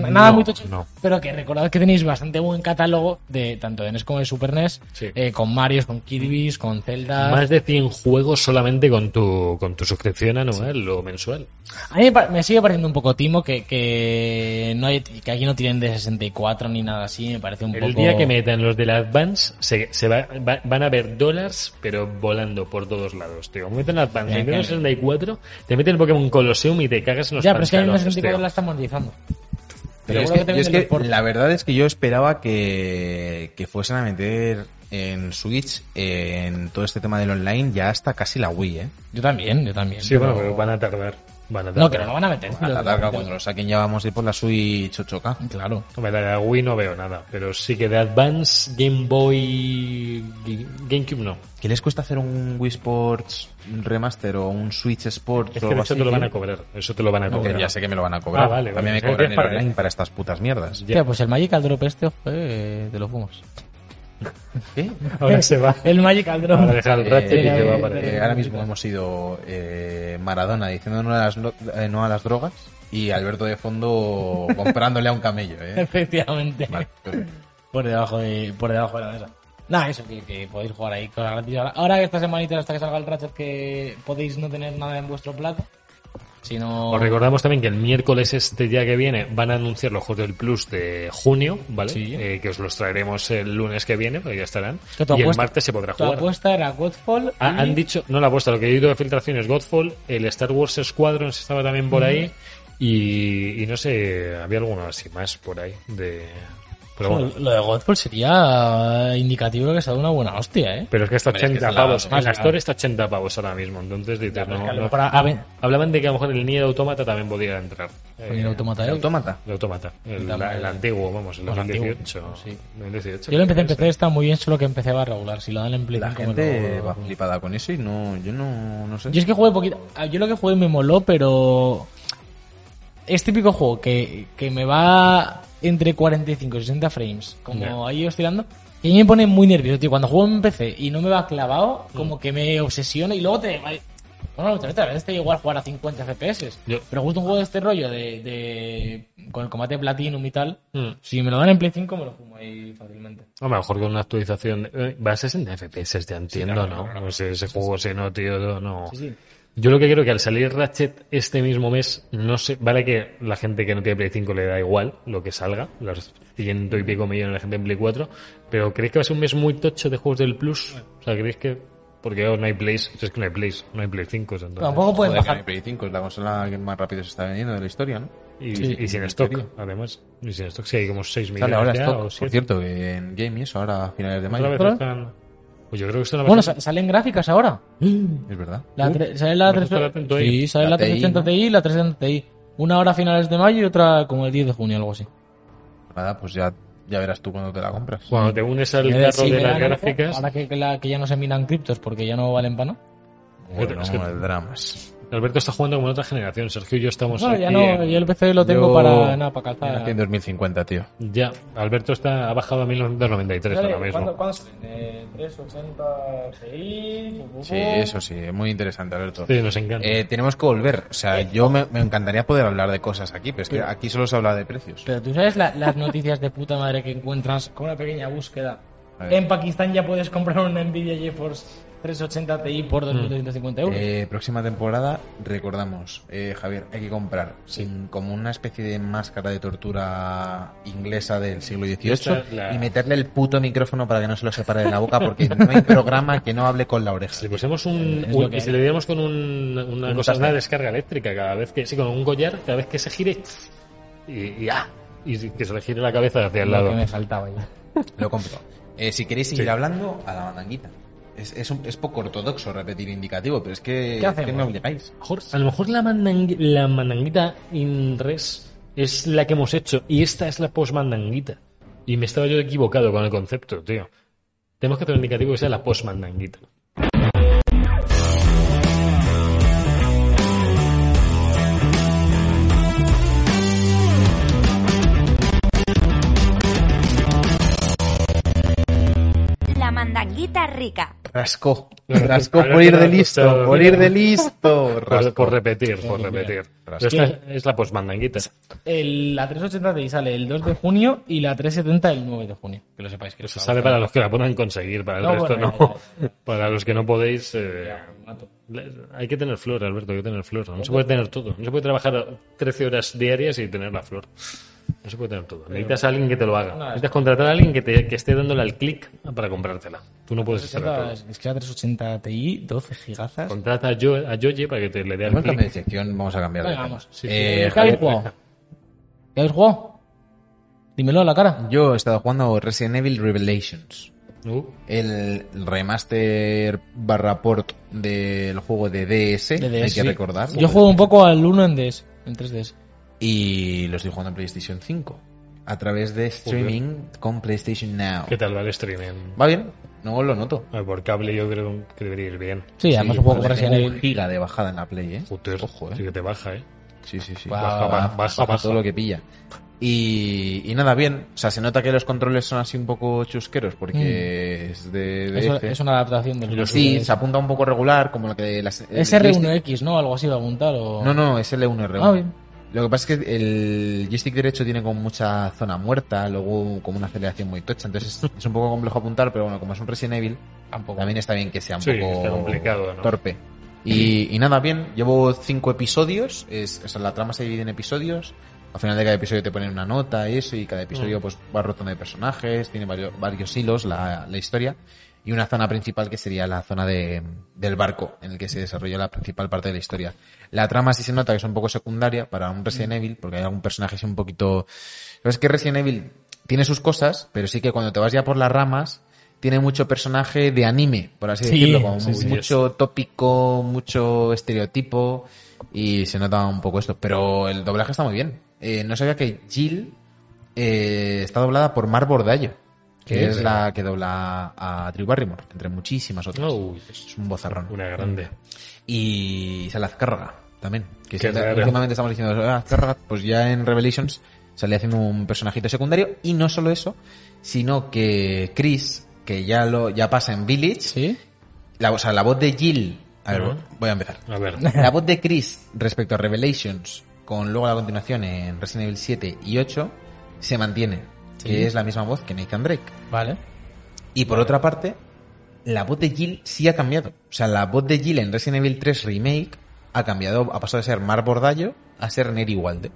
S2: No,
S4: nada muy tocho,
S2: no.
S4: pero que recordad que tenéis bastante buen catálogo de tanto de NES como de Super NES,
S2: Sí.
S4: eh, con Marios, con Kirby's, con Zelda.
S2: Más de 100 juegos solamente con tu, con tu suscripción anual o mensual.
S4: A mí me pa- me sigue pareciendo un poco timo que, que, no hay- que aquí no tienen de 64 ni nada así, me parece un
S2: El
S4: poco...
S2: día que metan los del Advance, se, se va- va- van a ver dólares, pero volando por todos lados, tío. Meten el Advance,
S4: Ya,
S2: en Nintendo
S4: claro.
S2: 64, te meten el Pokémon Colosseum y te cagas en los
S4: Ya, pero es que la Nintendo
S2: pantalones,
S4: 64
S2: tío.
S4: la está amortizando.
S3: Pero
S4: Seguro
S3: es
S4: que
S3: que,
S4: te
S3: yo es
S4: venden
S3: que
S4: los ports.
S3: la verdad es que yo esperaba que, que fuesen a meter en Switch, eh, en todo este tema del online, ya hasta casi la Wii, ¿eh?
S4: Yo también, yo también.
S2: Sí, bueno, pero van a tardar. Van a tardar.
S4: No, que no lo van a meter.
S3: A la
S4: Lo-
S3: larga,
S4: lo-
S3: cuando lo saquen ya vamos a ir por la Switch 8K.
S4: Claro.
S2: Hombre, de la Wii no veo nada, pero sí que de Advance, Game Boy, Ga- GameCube no.
S3: ¿Qué les cuesta hacer un Wii Sports remaster o un Switch
S2: Es
S3: Sports
S2: que
S3: o
S2: de
S3: algo
S2: hecho
S3: así,
S2: te lo van
S3: tío?
S2: a cobrar. Eso te lo van a
S3: No,
S2: cobrar.
S3: que ya sé que me lo van a cobrar.
S2: Ah, vale,
S3: También
S2: vale.
S3: me cobran
S2: Es
S3: el
S2: para-
S3: online para estas putas mierdas.
S2: Ya.
S4: Hostia, pues el Magical Drop este, ojo, eh, te lo fumas.
S3: ¿Qué?
S2: Ahora se va.
S4: El Magical Drop.
S2: Ahora deja el Ratchet y
S4: Eh,
S2: te va
S4: eh,
S2: para
S3: Eh,
S2: allá.
S3: ahora mismo hemos ido eh, Maradona diciendo no a, las, no- eh, no a las drogas y Alberto de fondo comprándole a un camello. ¿eh?
S4: Efectivamente.
S3: Vale, perfecto.
S4: Por debajo de, por debajo de la mesa. Nada, eso, que, que podéis jugar ahí cosas gratis. Ahora- Ahora que esta semanita hasta que salga el Ratchet que podéis no tener nada en vuestro plato. Sino...
S2: Os recordamos también que el miércoles este día que viene van a anunciar los juegos del Plus de junio, ¿vale?
S4: Sí.
S2: Eh, que os los traeremos el lunes que viene, porque ya estarán.
S4: Que tu
S2: Y el
S4: apuesta-
S2: martes se podrá
S4: Tu
S2: jugar.
S4: apuesta era Godfall.
S2: Ah,
S4: y-
S2: han dicho, no la apuesta, lo que he oído de filtraciones, Godfall, el Star Wars Squadrons estaba también por ahí y, y no sé, había alguno así más por ahí de... Pero bueno,
S4: Lo de Godfall sería indicativo de que sea una buena hostia, ¿eh?
S2: pero es que está
S3: Hombre, es que
S2: 80
S3: es la-
S2: pavos, en
S4: es
S2: la
S4: la-
S2: Store está 80 pavos ahora mismo, entonces dices, no, no.
S4: Para, a ver,
S2: Hablaban de que a lo mejor el Nier Automata también podía entrar.
S3: Pues
S2: Eh,
S4: el automata de hoy.
S3: Autómata.
S2: el Automata, el,
S4: También.
S2: la- el antiguo, vamos, el
S4: Bueno, antiguo,
S2: 2018.
S4: sí.
S2: 2018,
S4: Yo lo empecé en
S2: que
S4: PC, está muy bien, solo que empecé a regular. Si lo dan en Play
S3: La
S4: 5 me
S3: gente
S4: lo-
S3: va flipada con eso y no, yo no, no sé.
S4: Yo es que jugué poquito. ah, Yo lo que jugué me moló, pero. Es típico juego que, que me va entre 45 y 60 frames, como
S2: Ya.
S4: ahí oscilando. Y a mí me pone muy nervioso, tío. Cuando juego en PC y no me va clavado,
S2: Mm.
S4: como que me obsesiono y luego te. va- Bueno, te- te- a veces te igual jugar a 50 FPS.
S2: Yo-
S4: Pero justo un juego de este rollo, de, de- con el combate Platinum y tal,
S2: Mm.
S4: si me lo dan en Play 5 me lo fumo ahí fácilmente.
S2: A lo mejor con una actualización. eh, va a 60 FPS, te entiendo, ¿no? No sé, ese juego, si no, tío, no, no.
S4: Sí, sí.
S2: Yo lo que creo que al salir Ratchet este mismo mes, no sé. Vale que la gente que no tiene Play 5 le da igual lo que salga, los ciento y pico millones de gente en Play 4, pero ¿crees que va a ser un mes muy tocho de juegos del Plus? O sea, ¿crees que.? Porque oh, no hay Plays, es que no hay Plays, no hay Play 5. Entonces,
S4: Tampoco pueden
S3: Joder, que
S4: bajar.
S3: la Play 5 es la consola que más rápido se está vendiendo de la historia, ¿no?
S2: y,
S4: sí.
S2: y sin stock, además. Y sin stock, sí, hay como 6 millones
S3: Sale ahora
S2: ya,
S3: esto,
S2: o
S3: por
S2: siete.
S3: cierto, que en Game eso ahora a finales de
S2: Otra
S3: mayo.
S2: vez
S4: ¿Otra?
S2: están- Pues yo creo que esto es una
S4: Bueno,
S2: versión-
S4: sa- salen gráficas ahora.
S3: Es verdad.
S4: La
S2: Uh,
S4: tre- sale la
S2: vas a estar
S4: 3
S2: atento ahí.
S4: Sí, sale
S3: La
S4: la
S3: TI,
S4: 380
S3: ¿no?
S4: Ti y la 370 Ti. Una hora a finales de mayo y otra como el 10 de junio, algo así.
S3: Nada, pues ya, ya verás tú cuando te la compras.
S2: Cuando te unes al
S4: Eh,
S2: carro
S4: sí,
S2: de las
S4: verano,
S2: gráficas,
S4: Ahora que, que la- que ya no se minan criptos porque ya no valen para nada.
S3: Bueno,
S2: es que-
S3: el dramas.
S2: Alberto está jugando como en otra generación. Sergio y yo estamos
S4: No,
S2: aquí.
S4: ya no,
S2: en-
S4: yo el PC lo tengo
S3: Pues Yo-
S4: para nada, para
S3: Yo
S4: calzar.
S3: nací en 2050, tío.
S2: Ya, Alberto está, ha bajado a 1993
S4: Dale,
S2: ahora mismo.
S4: ¿Cuándo, cuándo Eh, se vende? 380 GI.
S3: Sí,
S4: Oh.
S3: eso sí, es muy interesante, Alberto.
S2: Sí, nos encanta.
S3: Eh, tenemos que volver. O sea, yo me, me encantaría poder hablar de cosas aquí, pero es que aquí solo se habla de precios.
S4: Pero tú sabes la- las noticias de puta madre que encuentras con una pequeña búsqueda.
S3: A ver.
S4: En Pakistán ya puedes comprar una Nvidia GeForce 380 Ti por 2.250 euros.
S3: Mm. Eh, próxima temporada, recordamos, eh, Javier, hay que comprar sin como una especie de máscara de tortura inglesa del siglo XVIII
S2: Esa es la-
S3: y meterle el puto micrófono para que no se lo separe de la boca porque no hay programa que no hable con la
S2: Si
S3: oreja.
S2: le pusiéramos pues un,
S4: Es
S2: un-
S4: lo que
S2: y si
S4: hay.
S2: le diéramos con un- una
S3: Un
S2: cosa,
S3: taser.
S2: una descarga eléctrica cada vez que, sí, con un collar, cada vez que se gire y, y ¡ah! y que se le gire la cabeza hacia el
S4: Lo
S2: lado.
S4: que me faltaba ya.
S3: Lo compro. Eh, si queréis seguir
S2: Sí.
S3: hablando, a la mandanguita. Es, es, un- es poco ortodoxo repetir indicativo, pero es que,
S4: ¿Qué
S3: es que
S4: hacemos?
S3: me obligáis.
S2: Mejor- a lo mejor la, mandang- la mandanguita in res es la que hemos hecho y esta es la post-mandanguita. Y me estaba yo equivocado con el concepto, tío. Tenemos que hacer un indicativo que sea la post-mandanguita.
S1: La mandanguita rica.
S3: Rascó.
S2: No, no,
S3: Rascó
S2: no,
S3: por ir
S2: no,
S3: de
S2: no, no,
S3: listo.
S2: no,
S3: Por
S2: no,
S3: ir
S2: no.
S3: de listo.
S2: Por,
S3: Rascó.
S2: por repetir, por repetir.
S3: Rasco.
S2: Esta es la post-mandanguita.
S4: El- la 380 Ti sale el 2 de junio y la 370 el 9 de junio. Que lo sepáis. Que
S3: Pues
S2: Eso sale para los que la puedan conseguir, para el
S4: No,
S2: resto
S4: bueno,
S2: no.
S4: vale,
S2: Para los que no podéis... eh,
S4: Mato.
S2: Le- Hay que tener flor, Alberto, hay que tener flor. No se puede tener todo. No se puede trabajar 13 horas diarias y tener la flor. No se puede tener todo. Necesitas a alguien que te lo haga.
S4: No,
S2: Necesitas contratar a alguien que, te, que esté dándole al clic para comprártela. Tú no puedes estar a todo.
S4: Es que la 380 Ti, 12 gigazas.
S2: Contrata a, Yo, a Yoye para que te le dé al
S3: Vamos a cambiar
S2: clic.
S3: de sección, vamos a cambiar de
S4: Venga,
S3: tema.
S4: vamos.
S2: Sí, sí.
S3: Eh,
S4: ¿Qué habéis
S3: Javier,
S4: jugado? ¿Qué habéis jugado? Dímelo a la cara.
S3: Yo he estado jugando Resident Evil Revelations,
S2: Uh,
S3: el remaster barra port del juego de DS,
S4: De DS,
S3: hay
S4: sí.
S3: que recordar.
S4: Yo juego un poco al 1 en DS, en 3DS.
S3: Y lo estoy jugando en PlayStation 5 a través de streaming con PlayStation Now.
S2: ¿Qué tal va el streaming?
S3: Va bien, no lo noto.
S2: A ver, por cable yo creo que debería ir bien.
S4: Sí, además
S3: Sí,
S4: un juego
S3: vale,
S4: con Resident
S3: tengo un
S4: Evil.
S3: giga de bajada en la Play, ¿eh?
S2: Joder,
S3: Ojo,
S2: sí
S3: ¿eh?
S2: que te baja, ¿eh?
S3: Sí, sí, sí.
S2: Baja, baja, baja, baja.
S3: todo lo que pilla. Y, y nada, bien. O sea, se nota que los controles son así un poco chusqueros porque
S4: Mm.
S3: es de, de
S4: Es,
S3: este.
S4: es una adaptación
S2: Y
S4: del juego.
S2: los
S3: Sí, se apunta un poco regular, como la que las.
S4: Es
S3: el
S4: R1X, ¿no? Algo así va a apuntar o...
S3: joystick- No, no, es L1R1.
S4: Ah, bien.
S3: Lo que pasa es que el joystick derecho tiene como mucha zona muerta, luego como una aceleración muy tocha, entonces es, es un poco complejo apuntar, pero bueno, como es un Resident Evil,
S4: Tampoco.
S3: también está bien que sea un
S2: Sí,
S3: poco
S2: está complicado, ¿no?
S3: torpe. Y, y nada, bien, llevo cinco episodios, es, o sea, la trama se divide en episodios, al final de cada episodio te ponen una nota y eso, y cada episodio
S2: Mm.
S3: pues va rotando de personajes, tiene varios, varios hilos la, la historia, y una zona principal que sería la zona de, del barco, en el que se desarrolla la principal parte de la historia. La trama sí se nota que es un poco secundaria para un Resident Evil, porque hay algún personaje así un poquito... Sabes que Resident Evil tiene sus cosas, pero sí que cuando te vas ya por las ramas, tiene mucho personaje de anime, por así
S4: Sí,
S3: decirlo, como
S4: sí,
S2: sí.
S3: mucho tópico, mucho estereotipo, y se nota un poco esto. Pero el doblaje está muy bien. Eh, no sabía que Jill eh, está doblada por Mar Bordallo, que
S2: Sí,
S3: es
S2: pero-
S3: la que dobla a Drew Barrymore, entre muchísimas otras.
S2: Uy,
S3: Es un bozarrón.
S2: Oh. una grande.
S3: Y sale Azcárraga también. Que
S2: Qué
S3: siempre-
S2: raro.
S3: últimamente estamos diciendo "Ah, Azcárraga, pues ya en Revelations sale haciendo un personajito secundario. Y no solo eso, sino que Chris, que ya lo ya pasa en Village,
S4: ¿Sí?
S3: la, o sea, la voz de Jill. A ver,
S2: Ajá.
S3: voy a empezar.
S2: A ver,
S3: La voz de Chris respecto a Revelations, con luego la continuación en Resident Evil 7 y 8, se mantiene. Que es la misma voz que Nathan Drake.
S4: Vale.
S3: Y por otra parte, la voz de Jill sí ha cambiado. O sea, la voz de Jill en Resident Evil 3 Remake ha cambiado, ha pasado de ser Mar Bordallo a ser Neri Walde.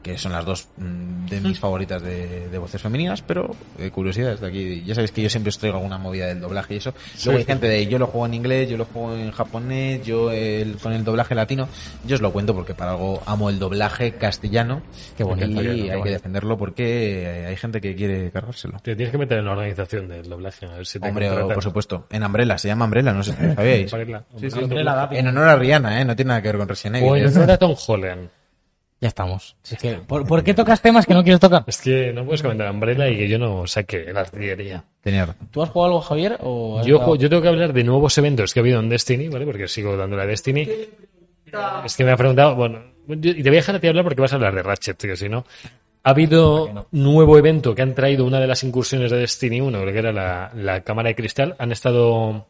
S3: Que son las dos mm, de mis favoritas de, de voces femeninas, pero eh, curiosidades de aquí. Ya sabéis que yo siempre os traigo alguna movida del doblaje y eso. Luego hay gente de yo lo juego en inglés, yo lo juego en japonés, yo el- con el doblaje latino. Yo os lo cuento porque para algo amo el doblaje castellano.
S2: Qué bonito,
S3: Y
S2: qué bonito, qué
S3: hay que
S2: bonito.
S3: defenderlo porque eh, hay gente que quiere cargárselo.
S2: te tienes que meter en la organización del doblaje, a ver si te
S3: Hombre, o,
S2: contratan.
S3: por supuesto. En Umbrella, se llama Umbrella, no sé si lo sabíais.
S2: Umbrella,
S3: Sí, sí.
S2: Umbrella.
S3: En honor a Rihanna, ¿eh? No tiene nada que ver con Resident Evil.
S2: O en
S3: ¿eh?
S2: fuera Tom Holland.
S4: Ya estamos. Es que, ¿por, por qué tocas temas que no quieres tocar?
S2: Es que no puedes comentar Umbrella y que yo no saque la artillería.
S3: Tenía razón.
S4: ¿Tú has jugado algo, Javier? O has
S2: Yo,
S4: jugado-
S2: ju- yo tengo que hablar de nuevos eventos que ha habido en Destiny, ¿vale? Porque sigo dándole a Destiny. Es que me ha preguntado, bueno, yo- y te voy a dejar a ti hablar porque vas a hablar de Ratchet, que si no. Ha habido nuevo evento que han traído una de las incursiones de Destiny 1, que era la, la cámara de cristal. Han estado.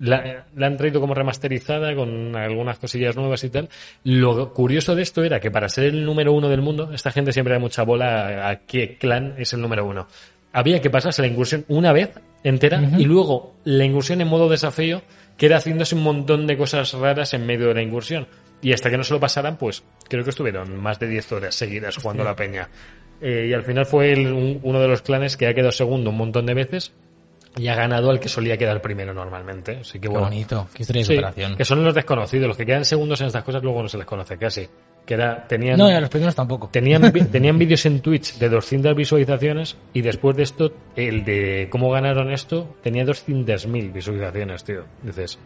S2: La, la han traído como remasterizada con algunas cosillas nuevas y tal. Lo curioso de esto era que para ser el número uno del mundo, esta gente siempre da mucha bola a, a qué clan es el número uno. Había que pasarse la incursión una vez entera y luego la incursión en modo desafío, que era haciéndose un montón de cosas raras en medio de la incursión. Y hasta que no se lo pasaran, pues creo que estuvieron más de 10 horas seguidas jugando a la peña. Eh, y al final fue el- un- uno de los clanes que ha quedado segundo un montón de veces y ha ganado al que solía quedar primero normalmente. Así que
S4: Qué
S2: bueno.
S4: bonito. Qué historia de
S2: Sí,
S4: superación.
S2: que son los desconocidos, los que quedan segundos en estas cosas luego no se les conoce casi. Que era, tenían,
S4: No, y a los primeros tampoco.
S2: tenían, vi- tenían vídeos en Twitch de 200 visualizaciones y después de esto, el de cómo ganaron esto, tenía 200.000 visualizaciones, tío. Dices,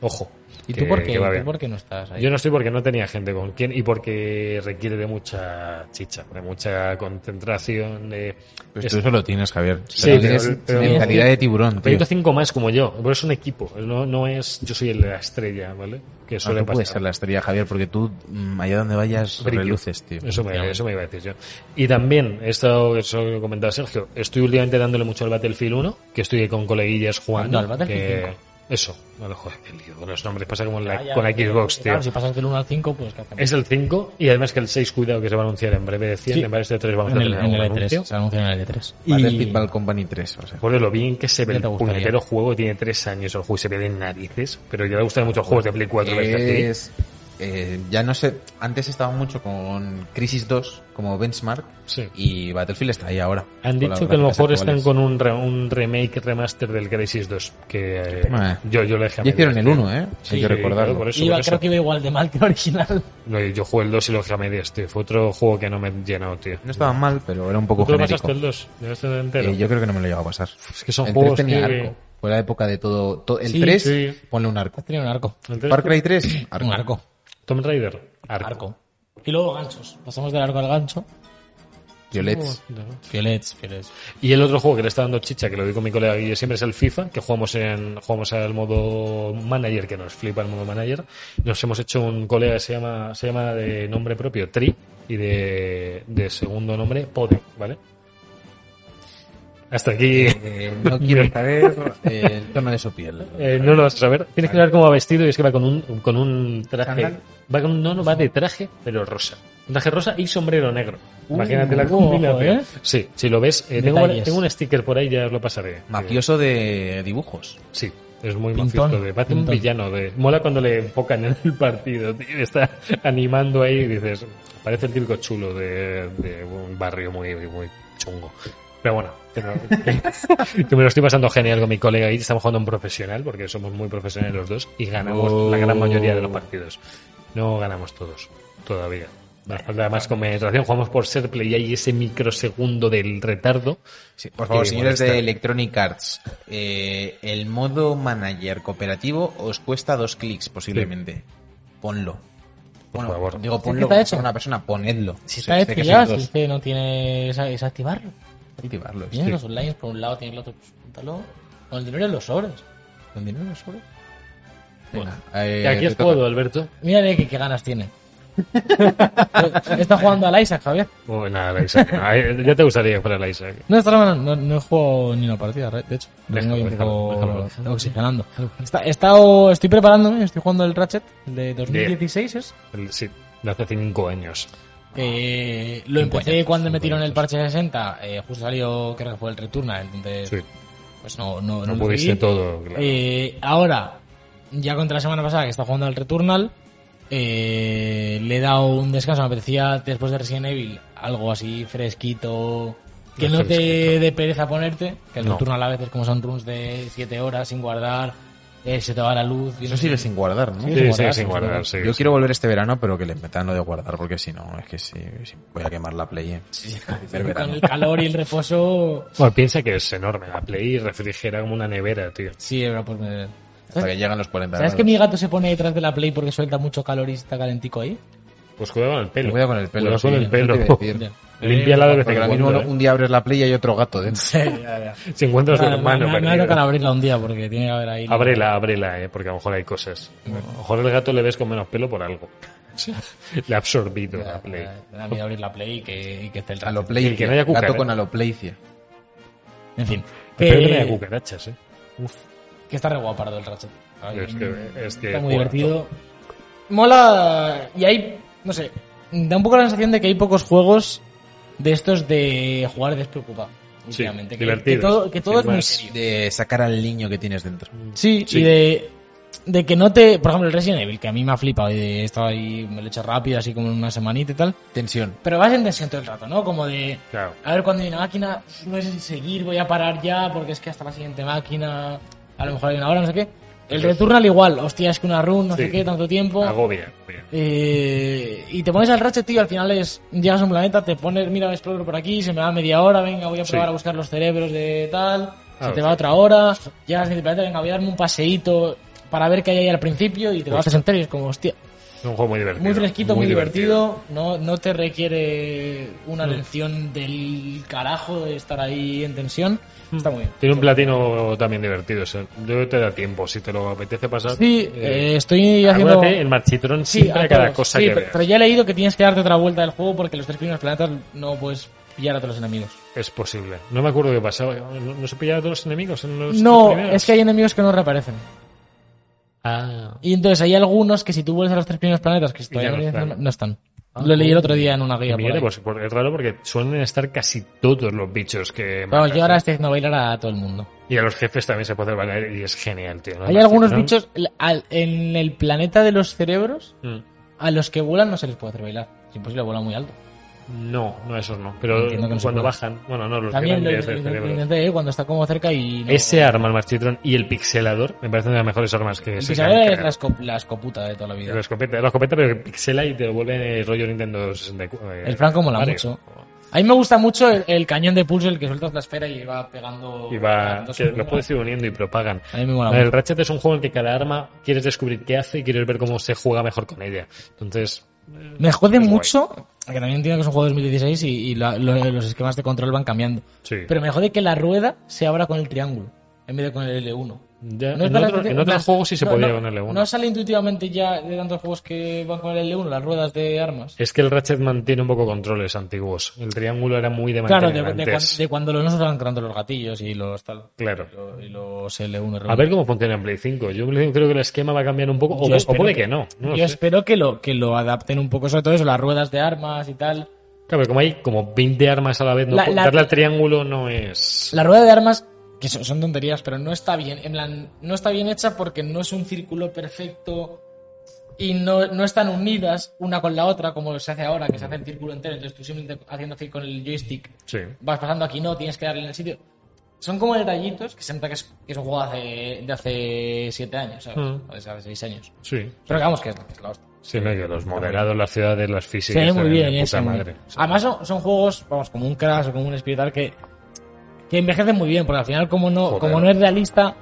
S2: ojo.
S4: ¿Y
S2: que-
S4: tú por qué?
S2: que va
S4: ¿Y tú
S2: bien.
S4: por qué no estás ahí?
S2: Yo no estoy porque no tenía gente con quien y porque requiere de mucha chicha, de mucha concentración, de...
S3: Pues
S2: es-
S3: tú eso lo tienes, Javier.
S2: Sí, pero-
S3: Pero tienes
S2: pero-
S3: mentalidad de tiburón, tío.
S2: Proyecto cinco más como yo, pero es un equipo, no, no es yo soy el de la estrella, ¿vale?
S4: Ah,
S2: Que
S3: No,
S2: suele
S3: tú puedes
S2: pasar.
S3: ser la estrella, Javier, porque tú, mm, allá donde vayas,
S2: Brillo.
S3: reluces, tío.
S2: Eso me, eso me iba a decir yo. Y también, esto eso que comentaba Sergio, estoy últimamente dándole mucho al Battlefield 1, que estoy con coleguillas jugando.
S4: Ah, No, al Battlefield
S2: que-
S4: 5.
S2: Eso, no lo joder, qué lío con los nombres, pasa como en la-
S4: Ah, ya,
S2: con la
S4: porque,
S2: Xbox, tío.
S4: claro, si pasas del 1 al 5, pues ¿qué hacemos?
S2: Es el 5 y además que el 6, cuidado, que se va a anunciar en breve de 100,
S4: Sí.
S2: en varios de 3 vamos
S4: en
S2: a
S4: el,
S2: tener
S4: en el E
S2: algún
S4: E3.
S2: anuncio.
S4: Se anuncia en el E3.
S3: Battlefield Bad Company 3, o sea.
S2: Por lo bien que se ve
S4: Ya
S2: el
S4: te gustaría.
S2: puñetero juego, tiene 3 años el juego, y se ve de narices, pero ya le gustan mucho los juegos de Play 4 de
S3: Es- eh, ya no sé, antes estaba mucho con Crisis 2 como benchmark
S2: Sí.
S3: y Battlefield está ahí ahora.
S2: Han
S3: con
S2: dicho
S3: las
S2: que a lo
S3: gráficas
S2: mejor están
S3: actuales.
S2: con un, re- un remake, remaster del Crisis 2, que eh,
S3: tema, eh.
S2: yo, yo le dejé a
S3: Ya hicieron el
S2: medias, tío.
S3: 1, ¿eh?
S2: Sí,
S3: Hay que
S2: sí,
S3: recordarlo.
S2: claro, por eso,
S4: Iba-
S2: por eso.
S4: creo que iba igual de mal que original.
S3: eh.
S2: No, Yo jugué el 2 y lo dejé a medias, tío. Fue otro juego que no me he llenado, tío.
S3: No estaba mal, pero era un poco
S2: ¿Tú lo
S3: genérico.
S2: pasaste el 2? ¿Llegaste entero?
S3: Eh, yo creo que no me lo he llegado a pasar.
S2: Es que son
S3: el
S2: juegos
S3: 3 tenía
S2: que-
S3: arco. Fue la época de todo. to- el
S4: Sí,
S3: 3,
S2: sí.
S3: ponle un arco.
S4: Tenía un arco.
S2: Entonces,
S3: Far Cry 3, arco.
S4: Un arco.
S2: Tomb Raider, arco.
S4: Arco. Y luego ganchos. Pasamos del arco al gancho.
S3: Violets.
S4: Fiolets, fiolets.
S2: Y el otro juego que le está dando chicha, que lo digo con mi colega Guille siempre, es el FIFA, que jugamos en jugamos al modo manager, que nos flipa el modo manager. Nos hemos hecho un colega que se llama, se llama de nombre propio Tri y de, de segundo nombre Pode, ¿vale? Hasta aquí.
S3: Eh, no quiero saber eh, el tono de su piel.
S2: Eh, no lo vas a saber. Tienes que saber cómo va vestido y es que va con un, con un traje.
S3: ¿Chándal?
S2: Va con, un- no, no, va de traje, pero rosa. Un traje rosa y sombrero negro. Imagínate la
S4: ojo,
S2: combinación.
S4: ¿eh?
S2: Sí, si lo ves, eh, tengo,
S4: Detalles.
S2: tengo un sticker por ahí, ya os lo pasaré.
S3: Mafioso de dibujos.
S2: Sí, es muy
S4: Pintón,
S2: mafioso. De, parece un
S4: pintón.
S2: villano. De, mola cuando le enfocan en el partido. Tío, está animando ahí y dices, parece el típico chulo de, de un barrio muy, muy chungo. Pero bueno, que, no- que me lo estoy pasando genial con mi colega y estamos jugando un profesional porque somos muy profesionales los dos y ganamos
S3: Oh.
S2: la gran mayoría de los partidos. No ganamos todos, todavía. Nos falta más concentración. Jugamos por serple y hay ese microsegundo del retardo.
S3: Sí, por
S2: que
S3: favor, señores
S2: molesta.
S3: de Electronic Arts, eh, el modo manager cooperativo os cuesta dos clics posiblemente. Ponlo.
S2: Por favor.
S3: Digo,
S4: que
S3: ponlo
S4: está
S3: por
S4: hecho.
S3: una persona, ponedlo. O
S4: Si está
S3: sea,
S4: hecho
S3: sé que
S4: ya,
S3: sois
S4: si es
S3: dos.
S4: que no tienes... Es activarlo.
S3: Activarlo,
S4: Tienes
S3: sí.
S4: los online por un lado, tienes el otro, pues, júntalo. Con el dinero en los sobres.
S3: ¿Con dinero solo?
S2: Bueno,
S3: Venga, eh,
S2: aquí
S3: te
S2: es
S3: toca.
S2: juego, Alberto.
S4: Mira de qué, qué ganas tiene. Está jugando al Isaac, Javier.
S2: Bueno, nada, la Isaac. no. Ay, Ya te gustaría para la Isaac.
S4: No, esta semana no, no he jugado ni una partida, re- de hecho. Lo tengo ahí un
S2: Déjalo,
S4: poco
S2: déjalo, déjalo.
S4: oxigenando. Está- he estado, estoy preparándome, estoy jugando el Ratchet, el de 2016 es.
S2: El- Sí, de hace cinco años.
S4: que lo empecé cuando me tiró en el parche 60, eh, justo salió, creo que fue el Returnal, entonces
S2: Sí.
S4: pues no, no,
S2: No
S4: lo
S2: pudiste
S4: seguí.
S2: todo, claro.
S4: Eh, ahora, ya contra la semana pasada que está jugando al Returnal, eh, le he dado un descanso. Me apetecía después de Resident Evil algo así fresquito, que
S2: No
S4: no, te
S2: fresquito.
S4: dé pereza ponerte. Que el
S2: No.
S4: Returnal a veces, como son runs de 7 horas sin guardar, eh, se te va la luz. y
S3: Eso
S4: no sé
S3: sigue
S4: qué.
S3: sin guardar, ¿no?
S2: Sí, sí,
S4: guardar,
S2: sin
S4: sin
S2: guardar,
S4: guardar.
S2: sí.
S3: Yo
S2: sí.
S3: quiero volver este verano, pero que les metan lo de guardar, porque si no, es que sí, sí, voy a quemar la play. eh. Primer
S4: Con
S3: verano.
S4: el calor y el reposo.
S2: Bueno, piensa que es enorme. La Play refrigera como una nevera, tío.
S4: Sí, pero pues me-
S3: Hasta que llegan los 40
S4: ¿Sabes
S3: grados.
S4: que mi gato se pone detrás de la Play porque suelta mucho calor y está calentico ahí?
S2: Pues cuidado con el pelo.
S3: Cuidado con el pelo.
S2: Cuidado con
S3: sí,
S2: el pelo.
S3: eso te iba a decir.
S4: Ya.
S2: Límpiala de vez en
S3: Porque ahora
S2: cuando.
S3: mismo
S2: ¿eh?
S3: un día abres la play y hay otro gato dentro.
S4: Sí, ya, ya.
S2: Si encuentras
S4: No,
S2: un hermano,
S4: no, no,
S2: perdido.
S4: no tocan abrirla un día porque tiene que haber ahí.
S2: Ábrela, ábrela, eh, porque a lo mejor hay cosas. A lo mejor el gato le ves con menos pelo por algo. Le ha absorbido
S4: Ya,
S2: la play.
S4: ya, Me da miedo abrir la play y que, y que esté el rato.
S3: Aloplay.
S2: El que no haya cuca,
S3: gato
S2: ¿eh?
S3: con aloplacia.
S4: En fin.
S2: Espero que no
S4: que-
S2: haya cucarachas, eh.
S4: Que está re guapardo el Ratchet. Ay,
S2: Es que- es que
S4: está muy
S2: mola
S4: divertido. Mola. Y hay. No sé. Da un poco la sensación de que hay pocos juegos de estos de jugar despreocupado. últimamente. que, que
S2: divertidos,
S4: todo, que todo
S2: sin
S4: es muy
S2: más.
S4: serio. Mm.
S3: De sacar al niño que tienes dentro.
S4: Sí,
S2: Sí.
S4: y de, de que no te. Por ejemplo, el Resident Evil, que a mí me ha flipado. Y de, he estado ahí, me lo he hecho rápido, así como en una semanita y tal.
S3: Tensión.
S4: Pero vas en tensión todo el rato, ¿no? Como de.
S2: Claro.
S4: A ver, cuando hay una máquina, no sé si seguir, voy a parar ya, porque es que hasta la siguiente máquina, a lo mejor hay una hora, no sé qué. El Returnal igual, hostia, es que una run, no
S2: Sí.
S4: sé qué, tanto tiempo.
S2: Agobia. agobia.
S4: Eh, y te pones al Ratchet, tío, al final es, llegas a un planeta, te pones, mira, me exploro por aquí, se me va media hora, venga, voy a
S2: Sí.
S4: probar a buscar los cerebros de tal, se
S2: Claro,
S4: te va
S2: sí.
S4: otra hora, llegas al planeta, venga, voy a darme un paseíto para ver qué hay ahí al principio y te lo haces entero y es como, hostia,
S2: Es un juego muy divertido.
S4: muy fresquito, muy, divertido. No, no te requiere
S2: Mm.
S4: una atención del carajo de estar ahí en tensión.
S2: Mm.
S4: Está muy bien.
S2: Tiene un platino también divertido. o sea, yo creo que te da tiempo. Si te lo apetece pasar.
S4: Sí,
S2: eh,
S4: eh, estoy haciendo.
S2: acuérdate, el marchitrón
S4: Sí,
S2: siempre
S4: a
S2: a cada
S4: todos.
S2: cosa
S4: Sí,
S2: que
S4: pero,
S2: veas.
S4: pero ya he leído que tienes que darte otra vuelta del juego porque los tres primeros planetas no puedes pillar a todos los enemigos.
S2: Es posible. No me acuerdo qué pasaba. ¿No, no se pillaba a todos los enemigos? en los
S4: No,
S2: tres primeros?
S4: es que hay enemigos que no reaparecen.
S2: Ah,
S4: Y entonces hay algunos que si tú vuelves a los tres primeros planetas, que todavía
S2: no
S4: no,
S2: están. Ah,
S4: no están. Lo leí el otro día en una guía. por
S2: Miguel,
S4: ahí.
S2: pues, por- es raro porque suelen estar casi todos los bichos que.
S4: Vamos,
S2: matas,
S4: yo ahora
S2: ¿eh?
S4: estoy haciendo bailar a todo el mundo.
S2: Y a los jefes también se puede valer y es genial, tío. ¿no?
S4: Hay
S2: El
S4: algunos
S2: marchitrón-
S4: bichos el- al- en el planeta de los cerebros
S2: Mm.
S4: a los que vuelan no se les puede hacer bailar. Es imposible, vuelan muy alto.
S2: No, no, esos no. Pero
S4: Entiendo que no se
S2: cuando
S4: puede.
S2: bajan. Bueno, no, los
S4: También
S2: que
S4: lo,
S2: van
S4: lo-
S2: desde el
S4: lo- lo
S2: cerebro.
S4: intenté eh, cuando está como cerca y... no-
S2: Ese arma, el marchitrón y el pixelador, me parecen de las mejores armas que
S4: El
S2: se
S4: pisador
S2: han
S4: es
S2: creado.
S4: la, esco- la escoputa de toda la vida.
S2: La escopeta, la escopeta, pero que pixela y te lo vuelve eh, rollo Nintendo 64. eh,
S4: El Franco mola
S2: Mario.
S4: mucho. A mí me gusta mucho el, el cañón de pulso, el que sueltas la esfera y va pegando...
S2: Y va,
S4: pegando
S2: que
S4: su-
S2: los puedes ir uniendo y propagan.
S4: A mí me mola
S2: el
S4: mucho.
S2: Ratchet es un juego en el que cada arma quieres descubrir qué hace y quieres ver cómo se juega mejor con ella. Entonces,
S4: Me jode
S2: es guay.
S4: mucho, que también entiendo que es un juego de 2016 y, y la- lo- los esquemas de control van cambiando.
S2: sí.
S4: Pero me jode que la rueda se abra con el triángulo en vez de con el L1.
S2: Ya,
S4: No es
S2: en,
S4: de la
S2: otro-
S4: gente-
S2: en otros
S4: no,
S2: juegos sí se
S4: no,
S2: podía
S4: no,
S2: ponerle uno.
S4: No sale intuitivamente ya de tantos juegos que van con el L1, las ruedas de armas.
S2: es que el Ratchet mantiene un poco controles antiguos. El triángulo era muy de
S4: Claro, de,
S2: mantener
S4: de
S2: antes.
S4: cuan- de cuando los no se van creando los gatillos y los tal.
S2: Claro.
S4: Y lo- y los L1.
S2: A ver cómo funciona en Play 5. Yo creo que el esquema va a cambiar un poco, o,
S4: Yo
S2: o
S4: espero
S2: puede
S4: que-
S2: que, no. no lo
S4: Yo
S2: sé.
S4: espero que lo, que lo adapten un poco, sobre todo eso, las ruedas de armas y tal.
S2: Claro, pero como hay como 20 armas a la vez, no
S4: La-
S2: pu-
S4: la-
S2: darle al triángulo no es...
S4: La rueda de armas, que son, son tonterías, pero no está bien. En plan, no está bien hecha porque no es un círculo perfecto y no, no están unidas una con la otra como se hace ahora, que se hace el círculo entero. Entonces tú simplemente haciendo así con el joystick
S2: Sí.
S4: vas pasando aquí, no, tienes que darle en el sitio. Son como detallitos que se nota que es, que es un juego de hace, de hace siete años, ¿sabes?
S2: Mm.
S4: O de hace seis años.
S2: Sí.
S4: Pero digamos que es, que es la hostia.
S2: Sí, no, que los moderados, las ciudades, las físicas...
S4: Se ve muy
S2: de
S4: bien,
S2: puta
S4: eh, se ve muy
S2: madre.
S4: bien. Además son, son juegos, vamos, como un Crash o como un Spirital que, que envejecen muy bien, porque al final como no,
S2: Joder.
S4: como no es realista,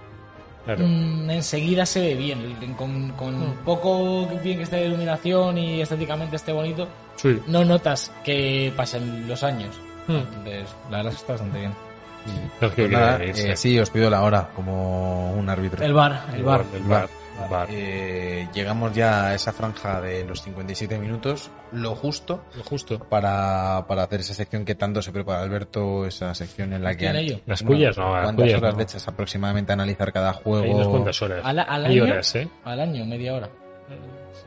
S2: Claro.
S4: mm, enseguida se ve bien. Con, con
S2: Mm.
S4: poco bien que esté de iluminación y estéticamente esté bonito,
S2: Sí.
S4: no notas que pasen los años.
S2: Mm.
S4: Entonces, la verdad es que está bastante bien.
S2: Es que
S3: Pues nada,
S2: quiere
S3: eh,
S2: irse.
S3: sí, os pido la hora como un árbitro.
S4: El bar, el bar.
S2: El bar.
S3: Vale,
S2: bar.
S3: eh, llegamos ya a esa franja de los 57 minutos, lo justo
S2: Justo.
S3: para, para hacer esa sección que tanto se prepara Alberto, esa sección en la que...
S4: ¿Tiene
S3: han-
S4: ello?
S2: Las cuyas no, las
S3: ¿Cuántas
S2: cuyas
S3: horas
S2: no.
S3: le echas aproximadamente a analizar cada juego?
S2: Hay unas cuantas horas.
S4: Al, al
S2: Hay
S4: año,
S2: horas, ¿eh?
S4: al año, media hora.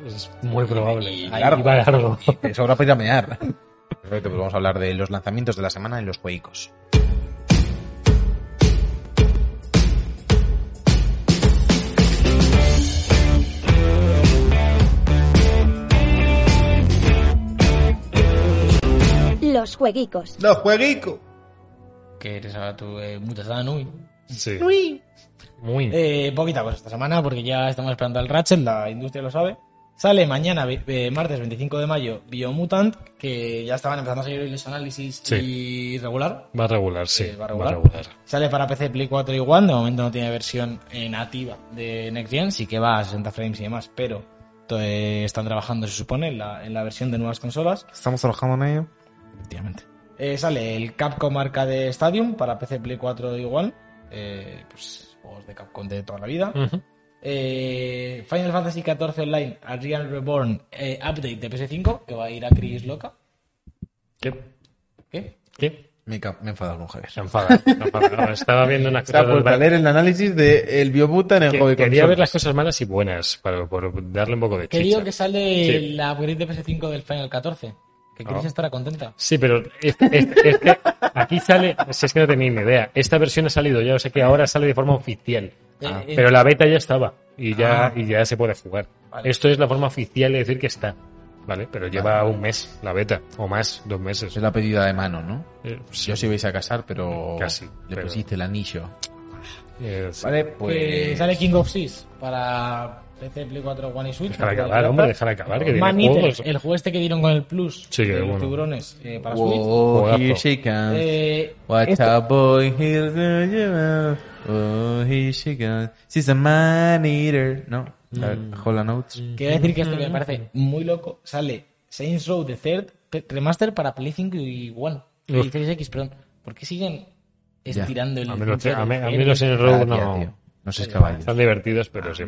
S2: Es muy probable.
S3: Y
S2: Ahí
S3: largo.
S2: va largo.
S3: Te Eh, sobra para ir a mear. Perfecto, pues vamos a hablar de los lanzamientos de la semana en los juegos.
S1: Los jueguicos.
S3: ¡Los jueguicos!
S4: Que eres ahora tú eh, muchas gracias, Nui.
S2: Sí. Muy.
S4: Eh, poquita cosa esta semana porque ya estamos esperando al Ratchet, la industria lo sabe. Sale mañana, ve- eh, martes 25 de mayo, Biomutant, que ya estaban empezando a salir los análisis
S2: Sí.
S4: y regular.
S2: Va a regular, sí.
S4: Eh,
S2: va a
S4: va a regular.
S2: regular.
S4: Sale para PC, Play 4 y One. De momento no tiene versión eh, nativa de Next Gen, sí que va a 60 frames y demás, pero to- eh, están trabajando, se supone, en la, en la versión de nuevas consolas.
S3: ¿Estamos trabajando en ello?
S4: Efectivamente. Eh, sale el Capcom Arcade Stadium para PC Play 4 igual. Eh, pues juegos de Capcom de toda la vida.
S2: Ujú.
S4: Eh, Final Fantasy XIV Online, Adrian Reborn, eh, update de PS5, que va a ir a Chris Loca.
S2: ¿Qué?
S4: ¿Qué?
S2: ¿Qué?
S3: Me, ca- me he enfadado con Javier.
S2: Se enfada. se enfada. No, estaba viendo una
S3: Está por leer el análisis de el Biobuta en el juego de
S2: Quería
S3: consolas.
S2: ver las cosas malas y buenas, para, por darle un poco de
S4: Que
S2: chicha.
S4: digo que sale
S2: Sí.
S4: la upgrade de PS5 del Final 14. Que Chris
S2: Ah.
S4: estará contenta.
S2: Sí, pero es, es- es que aquí sale, si es que no tenía ni idea, esta versión ha salido ya, o sea que ahora sale de forma oficial.
S4: Ah. Eh, eh.
S2: Pero la beta ya estaba y ya,
S3: Ah.
S2: y ya se puede jugar.
S4: Vale.
S2: Esto es la forma oficial de decir que está, ¿vale? Pero lleva un mes la beta, o más, dos meses.
S3: Es la pedida de mano, ¿no?
S2: Eh, sí,
S3: Yo sí vais a casar, pero
S2: Casi,
S3: le
S2: pero-
S3: pusiste el anillo.
S2: eh, sí.
S3: Vale,
S4: Que
S3: pues
S4: sale King of Seas para PC Play 4, One y Switch.
S2: Déjala
S4: que
S2: acabar,
S4: va a
S2: hombre,
S4: lanzar.
S2: déjala acabar, que
S4: Man
S2: tiene
S4: Eater,
S2: juegos.
S4: el juego este que dieron con el Plus
S2: Sí, que
S4: de los
S2: bueno.
S4: tiburones eh, para Switch.
S3: Wow,
S2: Juegazo.
S3: here she comes.
S4: Eh,
S3: Watch
S4: este-
S3: out, boy, he'll do you well. Oh, here she comes. She's a man eater. No,
S4: Mm.
S3: a ver, Hollow Notes.
S4: Quiero decir que esto que me parece muy loco sale Saints Row The Third pe- Remaster para Play 5 y One.
S2: Uf.
S4: Y Series X, perdón. ¿Por qué siguen estirando el
S2: A mí los,
S4: pinche
S2: a mí- a mí
S4: del
S2: los en
S3: Ah,
S2: row
S3: tía,
S2: no.
S3: tío. No sois caballos.
S2: Están divertidos, pero sí.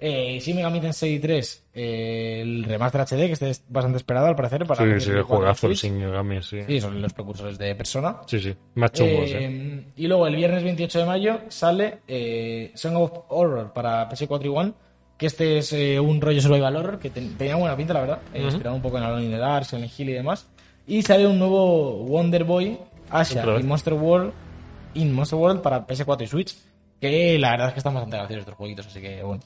S4: Eh, Shin Megami Tensei 3, eh, el remaster HD, que este es bastante esperado al parecer. Para
S2: Sí,
S4: PC
S2: sí, el
S4: Play 4
S2: juegazo, el
S4: Switch.
S2: Shin Megami, sí.
S4: Sí, son los precursores de Persona.
S2: Sí, sí. Más chungos, eh.
S4: Eh, Y luego el viernes 28 de mayo sale eh, Song of Horror para PS4 y One, que este es eh, un rollo survival horror que ten- tenía buena pinta, la verdad. Eh, Inspirado un poco en Alone in the Dark, Silent Hill y demás. Y sale un nuevo Wonder Boy, Asha
S2: Otra vez.
S4: y Monster World in Monster World para PS4 y Switch, que la verdad es que están bastante graciosos estos jueguitos, así que bueno.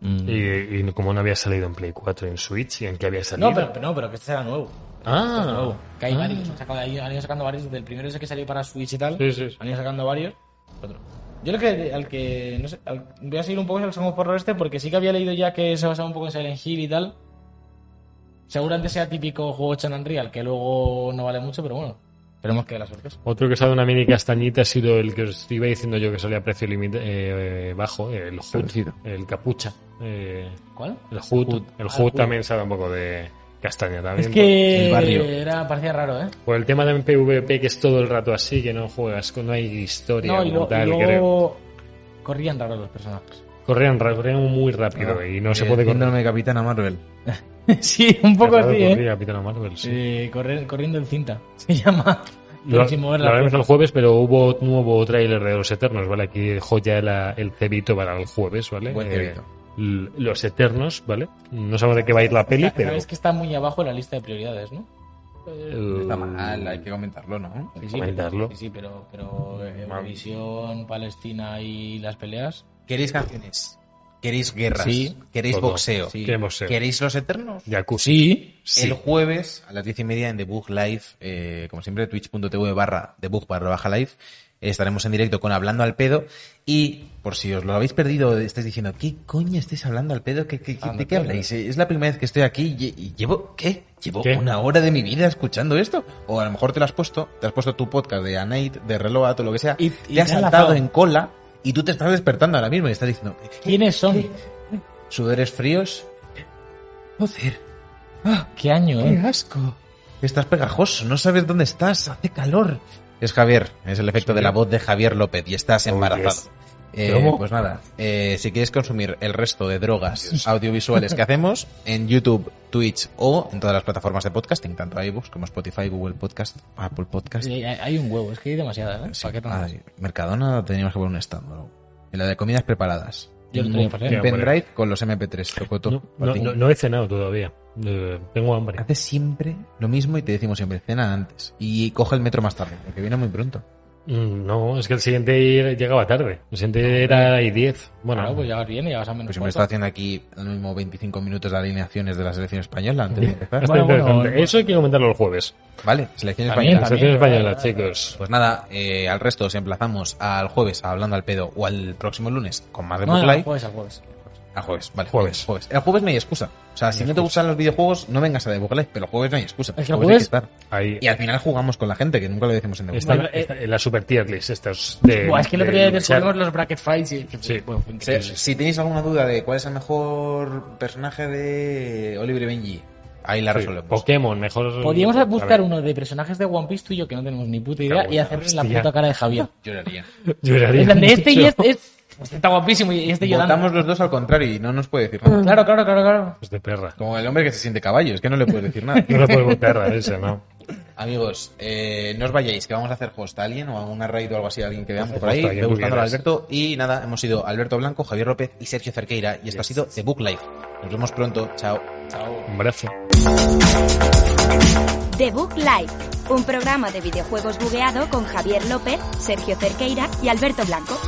S4: Mm.
S2: Y, y como no había salido en Play 4, en Switch, ¿y en qué había salido?
S4: No, pero, pero no, pero que este será nuevo.
S2: Ah.
S4: nuevo. Que hay
S2: Ah.
S4: varios. Han, sacado- han ido sacando varios. Desde el primero ese que salió para Switch y tal.
S2: Sí, sí, sí.
S4: Han ido sacando varios. Otro. Yo lo que, al que, no sé, al- voy a seguir un poco es al Song of Horror este, porque sí que había leído ya que se basaba un poco en Silent Hill y tal. Seguramente sea típico juego Chan Unreal, que luego no vale mucho, pero bueno. Esperemos que dé la suerte.
S2: Otro que sale una mini castañita ha sido el que os iba diciendo yo que salía a precio límite eh, eh, bajo, el HUD,
S3: Reducido.
S2: el capucha. eh,
S4: ¿Cuál?
S2: el HUD, el
S4: Ah,
S2: HUD
S4: HUD.
S2: también sale un poco de castaña también.
S4: Es que
S3: el barrio.
S4: era, parecía raro, ¿eh?
S2: Por, por el tema de PvP que es todo el rato así, que no juegas, no hay historia
S4: No, y,
S2: como
S4: lo- y
S2: tal, creo.
S4: luego corrían raros los personajes.
S2: Corrían, ra- corrían muy rápido
S4: Ah,
S2: y no se puede correr.
S3: Síndrome de Eh, Capitana Marvel.
S4: sí, un eh, poco
S2: Claro,
S4: así, ¿eh?
S2: corría Capitana Marvel, sí.
S4: Eh, correr- corriendo en cinta. Se llama.
S2: Lo,
S4: Pero sin mover
S2: lo
S4: la
S2: hablaremos
S4: pierna.
S2: el jueves, pero hubo nuevo tráiler de Los Eternos, ¿vale? Aquí joya la- el cebito para el jueves, ¿vale? Eh,
S3: Buen cebito.
S2: l- los Eternos, ¿vale? No sabemos de qué va a ir la peli, pero...
S4: Sabes que está muy abajo en la lista de prioridades, ¿no?
S2: eh,
S3: Está
S4: Mm.
S3: mal, hay que comentarlo, ¿no?
S4: Sí,
S2: Comentarlo.
S4: pero, sí, sí, pero, pero eh, Eurovisión, Palestina y las peleas.
S3: ¿Queréis canciones? ¿Queréis guerras?
S4: Sí.
S3: ¿Queréis
S2: Todo.
S3: boxeo?
S2: Sí. Queremos ser.
S3: ¿Queréis los eternos?
S2: Yakuza. Sí.
S3: El jueves a las diez y media en The Bug Live, eh, como siempre, twitch.tv barra The Bug barra baja live. Estaremos en directo con Hablando al Pedo. Y por si os lo habéis perdido, estáis diciendo, ¿qué coño estáis hablando al pedo? ¿Qué, qué- qué- ¿De qué habláis? Eh, Es la primera vez que estoy aquí y, y llevo, ¿qué? Llevo
S2: ¿Qué?
S3: una hora de mi vida escuchando esto. O a lo mejor te lo has puesto, te has puesto tu podcast de Anait, de Reload o lo que sea.
S4: Y- y
S3: te has
S4: te has
S3: saltado
S4: lanzado.
S3: en cola y tú te estás despertando ahora mismo y estás diciendo, "Eh,
S4: ¿Quiénes son? ¿Qué,
S3: sudores fríos. Joder. Ah,
S4: año,
S3: ¡Qué
S4: eh?
S3: asco! Estás pegajoso, no sabes dónde estás, hace calor. Es Javier, es el efecto de la voz de Javier López y estás embarazado. Eh,
S2: ¿Cómo?
S3: pues nada, eh, si quieres consumir el resto de drogas audiovisuales que hacemos en YouTube, Twitch o en todas las plataformas de podcasting, tanto iVoox como Spotify, Google Podcast, Apple Podcast.
S4: Sí, hay- Hay un huevo, es que hay demasiadas, ¿eh?
S3: Sí.
S4: ¿Para qué
S2: Ah,
S4: tantas?
S3: Ay, Mercadona teníamos que poner un stand. ¿no? Y la de comidas preparadas.
S4: Yo lo tenía
S2: Ya,
S4: para
S3: Un
S4: hacer.
S2: bueno.
S3: pendrive con los MP3. Tocotó,
S2: No,
S3: para
S2: no,
S3: ti.
S2: no- no he cenado todavía. Eh, tengo hambre.
S3: Hace siempre lo mismo y te decimos siempre, cena antes. Y coge el metro más tarde, porque viene muy pronto.
S2: Mm, No, es que el siguiente ir- llegaba tarde. El siguiente era y 10. Bueno,
S4: Claro, pues llegas bien y llegas a menos
S3: Pues si me
S4: cuarto.
S3: está haciendo aquí lo mismo 25 minutos de alineaciones de la selección española antes de empezar.
S2: está
S4: Bueno, bueno,
S2: interesante.
S4: bueno.
S2: Eso hay que comentarlo el jueves.
S3: Vale, selección
S4: También,
S3: española.
S4: también.
S2: Sección española, chicos.
S3: Pues nada, eh, al resto os emplazamos al jueves a hablando al pedo o al próximo lunes con más de
S4: No,
S3: Book
S4: no,
S3: Live.
S4: al jueves, al jueves.
S3: Al jueves, vale.
S2: Jueves.
S3: El jueves no hay excusa. O sea, si no te gustan los videojuegos, no vengas a The Book Live, pero el jueves no hay excusa.
S4: Es que el
S3: hay
S4: jueves-
S3: que estar.
S2: Ahí
S3: Y al final jugamos con la gente, que nunca lo decimos en The Book
S2: está,
S4: Bueno, eh,
S2: está en la super tier list. Estos de,
S4: Buah, es que el otro
S2: de
S4: día
S2: luchar.
S4: descubrimos los bracket fights y...
S2: Eh, Sí.
S4: Bueno, pues, fue
S3: Si,
S4: increíble.
S3: si tenéis alguna duda de cuál es el mejor personaje de Oliver y Benji, Ahí la
S2: Sí,
S3: resolvemos.
S2: Pokémon, mejor.
S4: Podríamos
S2: a ver,
S4: buscar uno de personajes de One Piece tú y yo que no tenemos ni puta idea
S2: Cago en
S4: y
S2: la
S4: hacerle la
S2: hostia.
S4: puta cara de Javier.
S3: Lloraría.
S2: Lloraría
S4: En plan de este y
S2: mucho.
S4: este, es- este está guapísimo y este llorando. Mm.
S3: Votamos los dos al contrario y no nos puede decir nada.
S4: Claro, claro, claro, claro.
S2: Hijos de perra.
S3: Como el hombre que se siente caballo, es que no le puedes decir nada.
S2: No la puedo votar a esa, ¿no?
S3: Amigos, eh, no os vayáis, que vamos a hacer host a alguien o a una raid o algo así, a alguien que veamos por ahí,
S2: Host a alguien,
S3: preguntando a
S2: tú
S3: Alberto. Y nada, hemos sido Alberto Blanco, Javier López y Sergio Cerqueira. Y esto ha sido The Book Life. Nos vemos pronto. Chao.
S2: Un brazo.
S1: The Book Live, un programa de videojuegos bugueado con Javier López, Sergio Cerqueira y Alberto Blanco.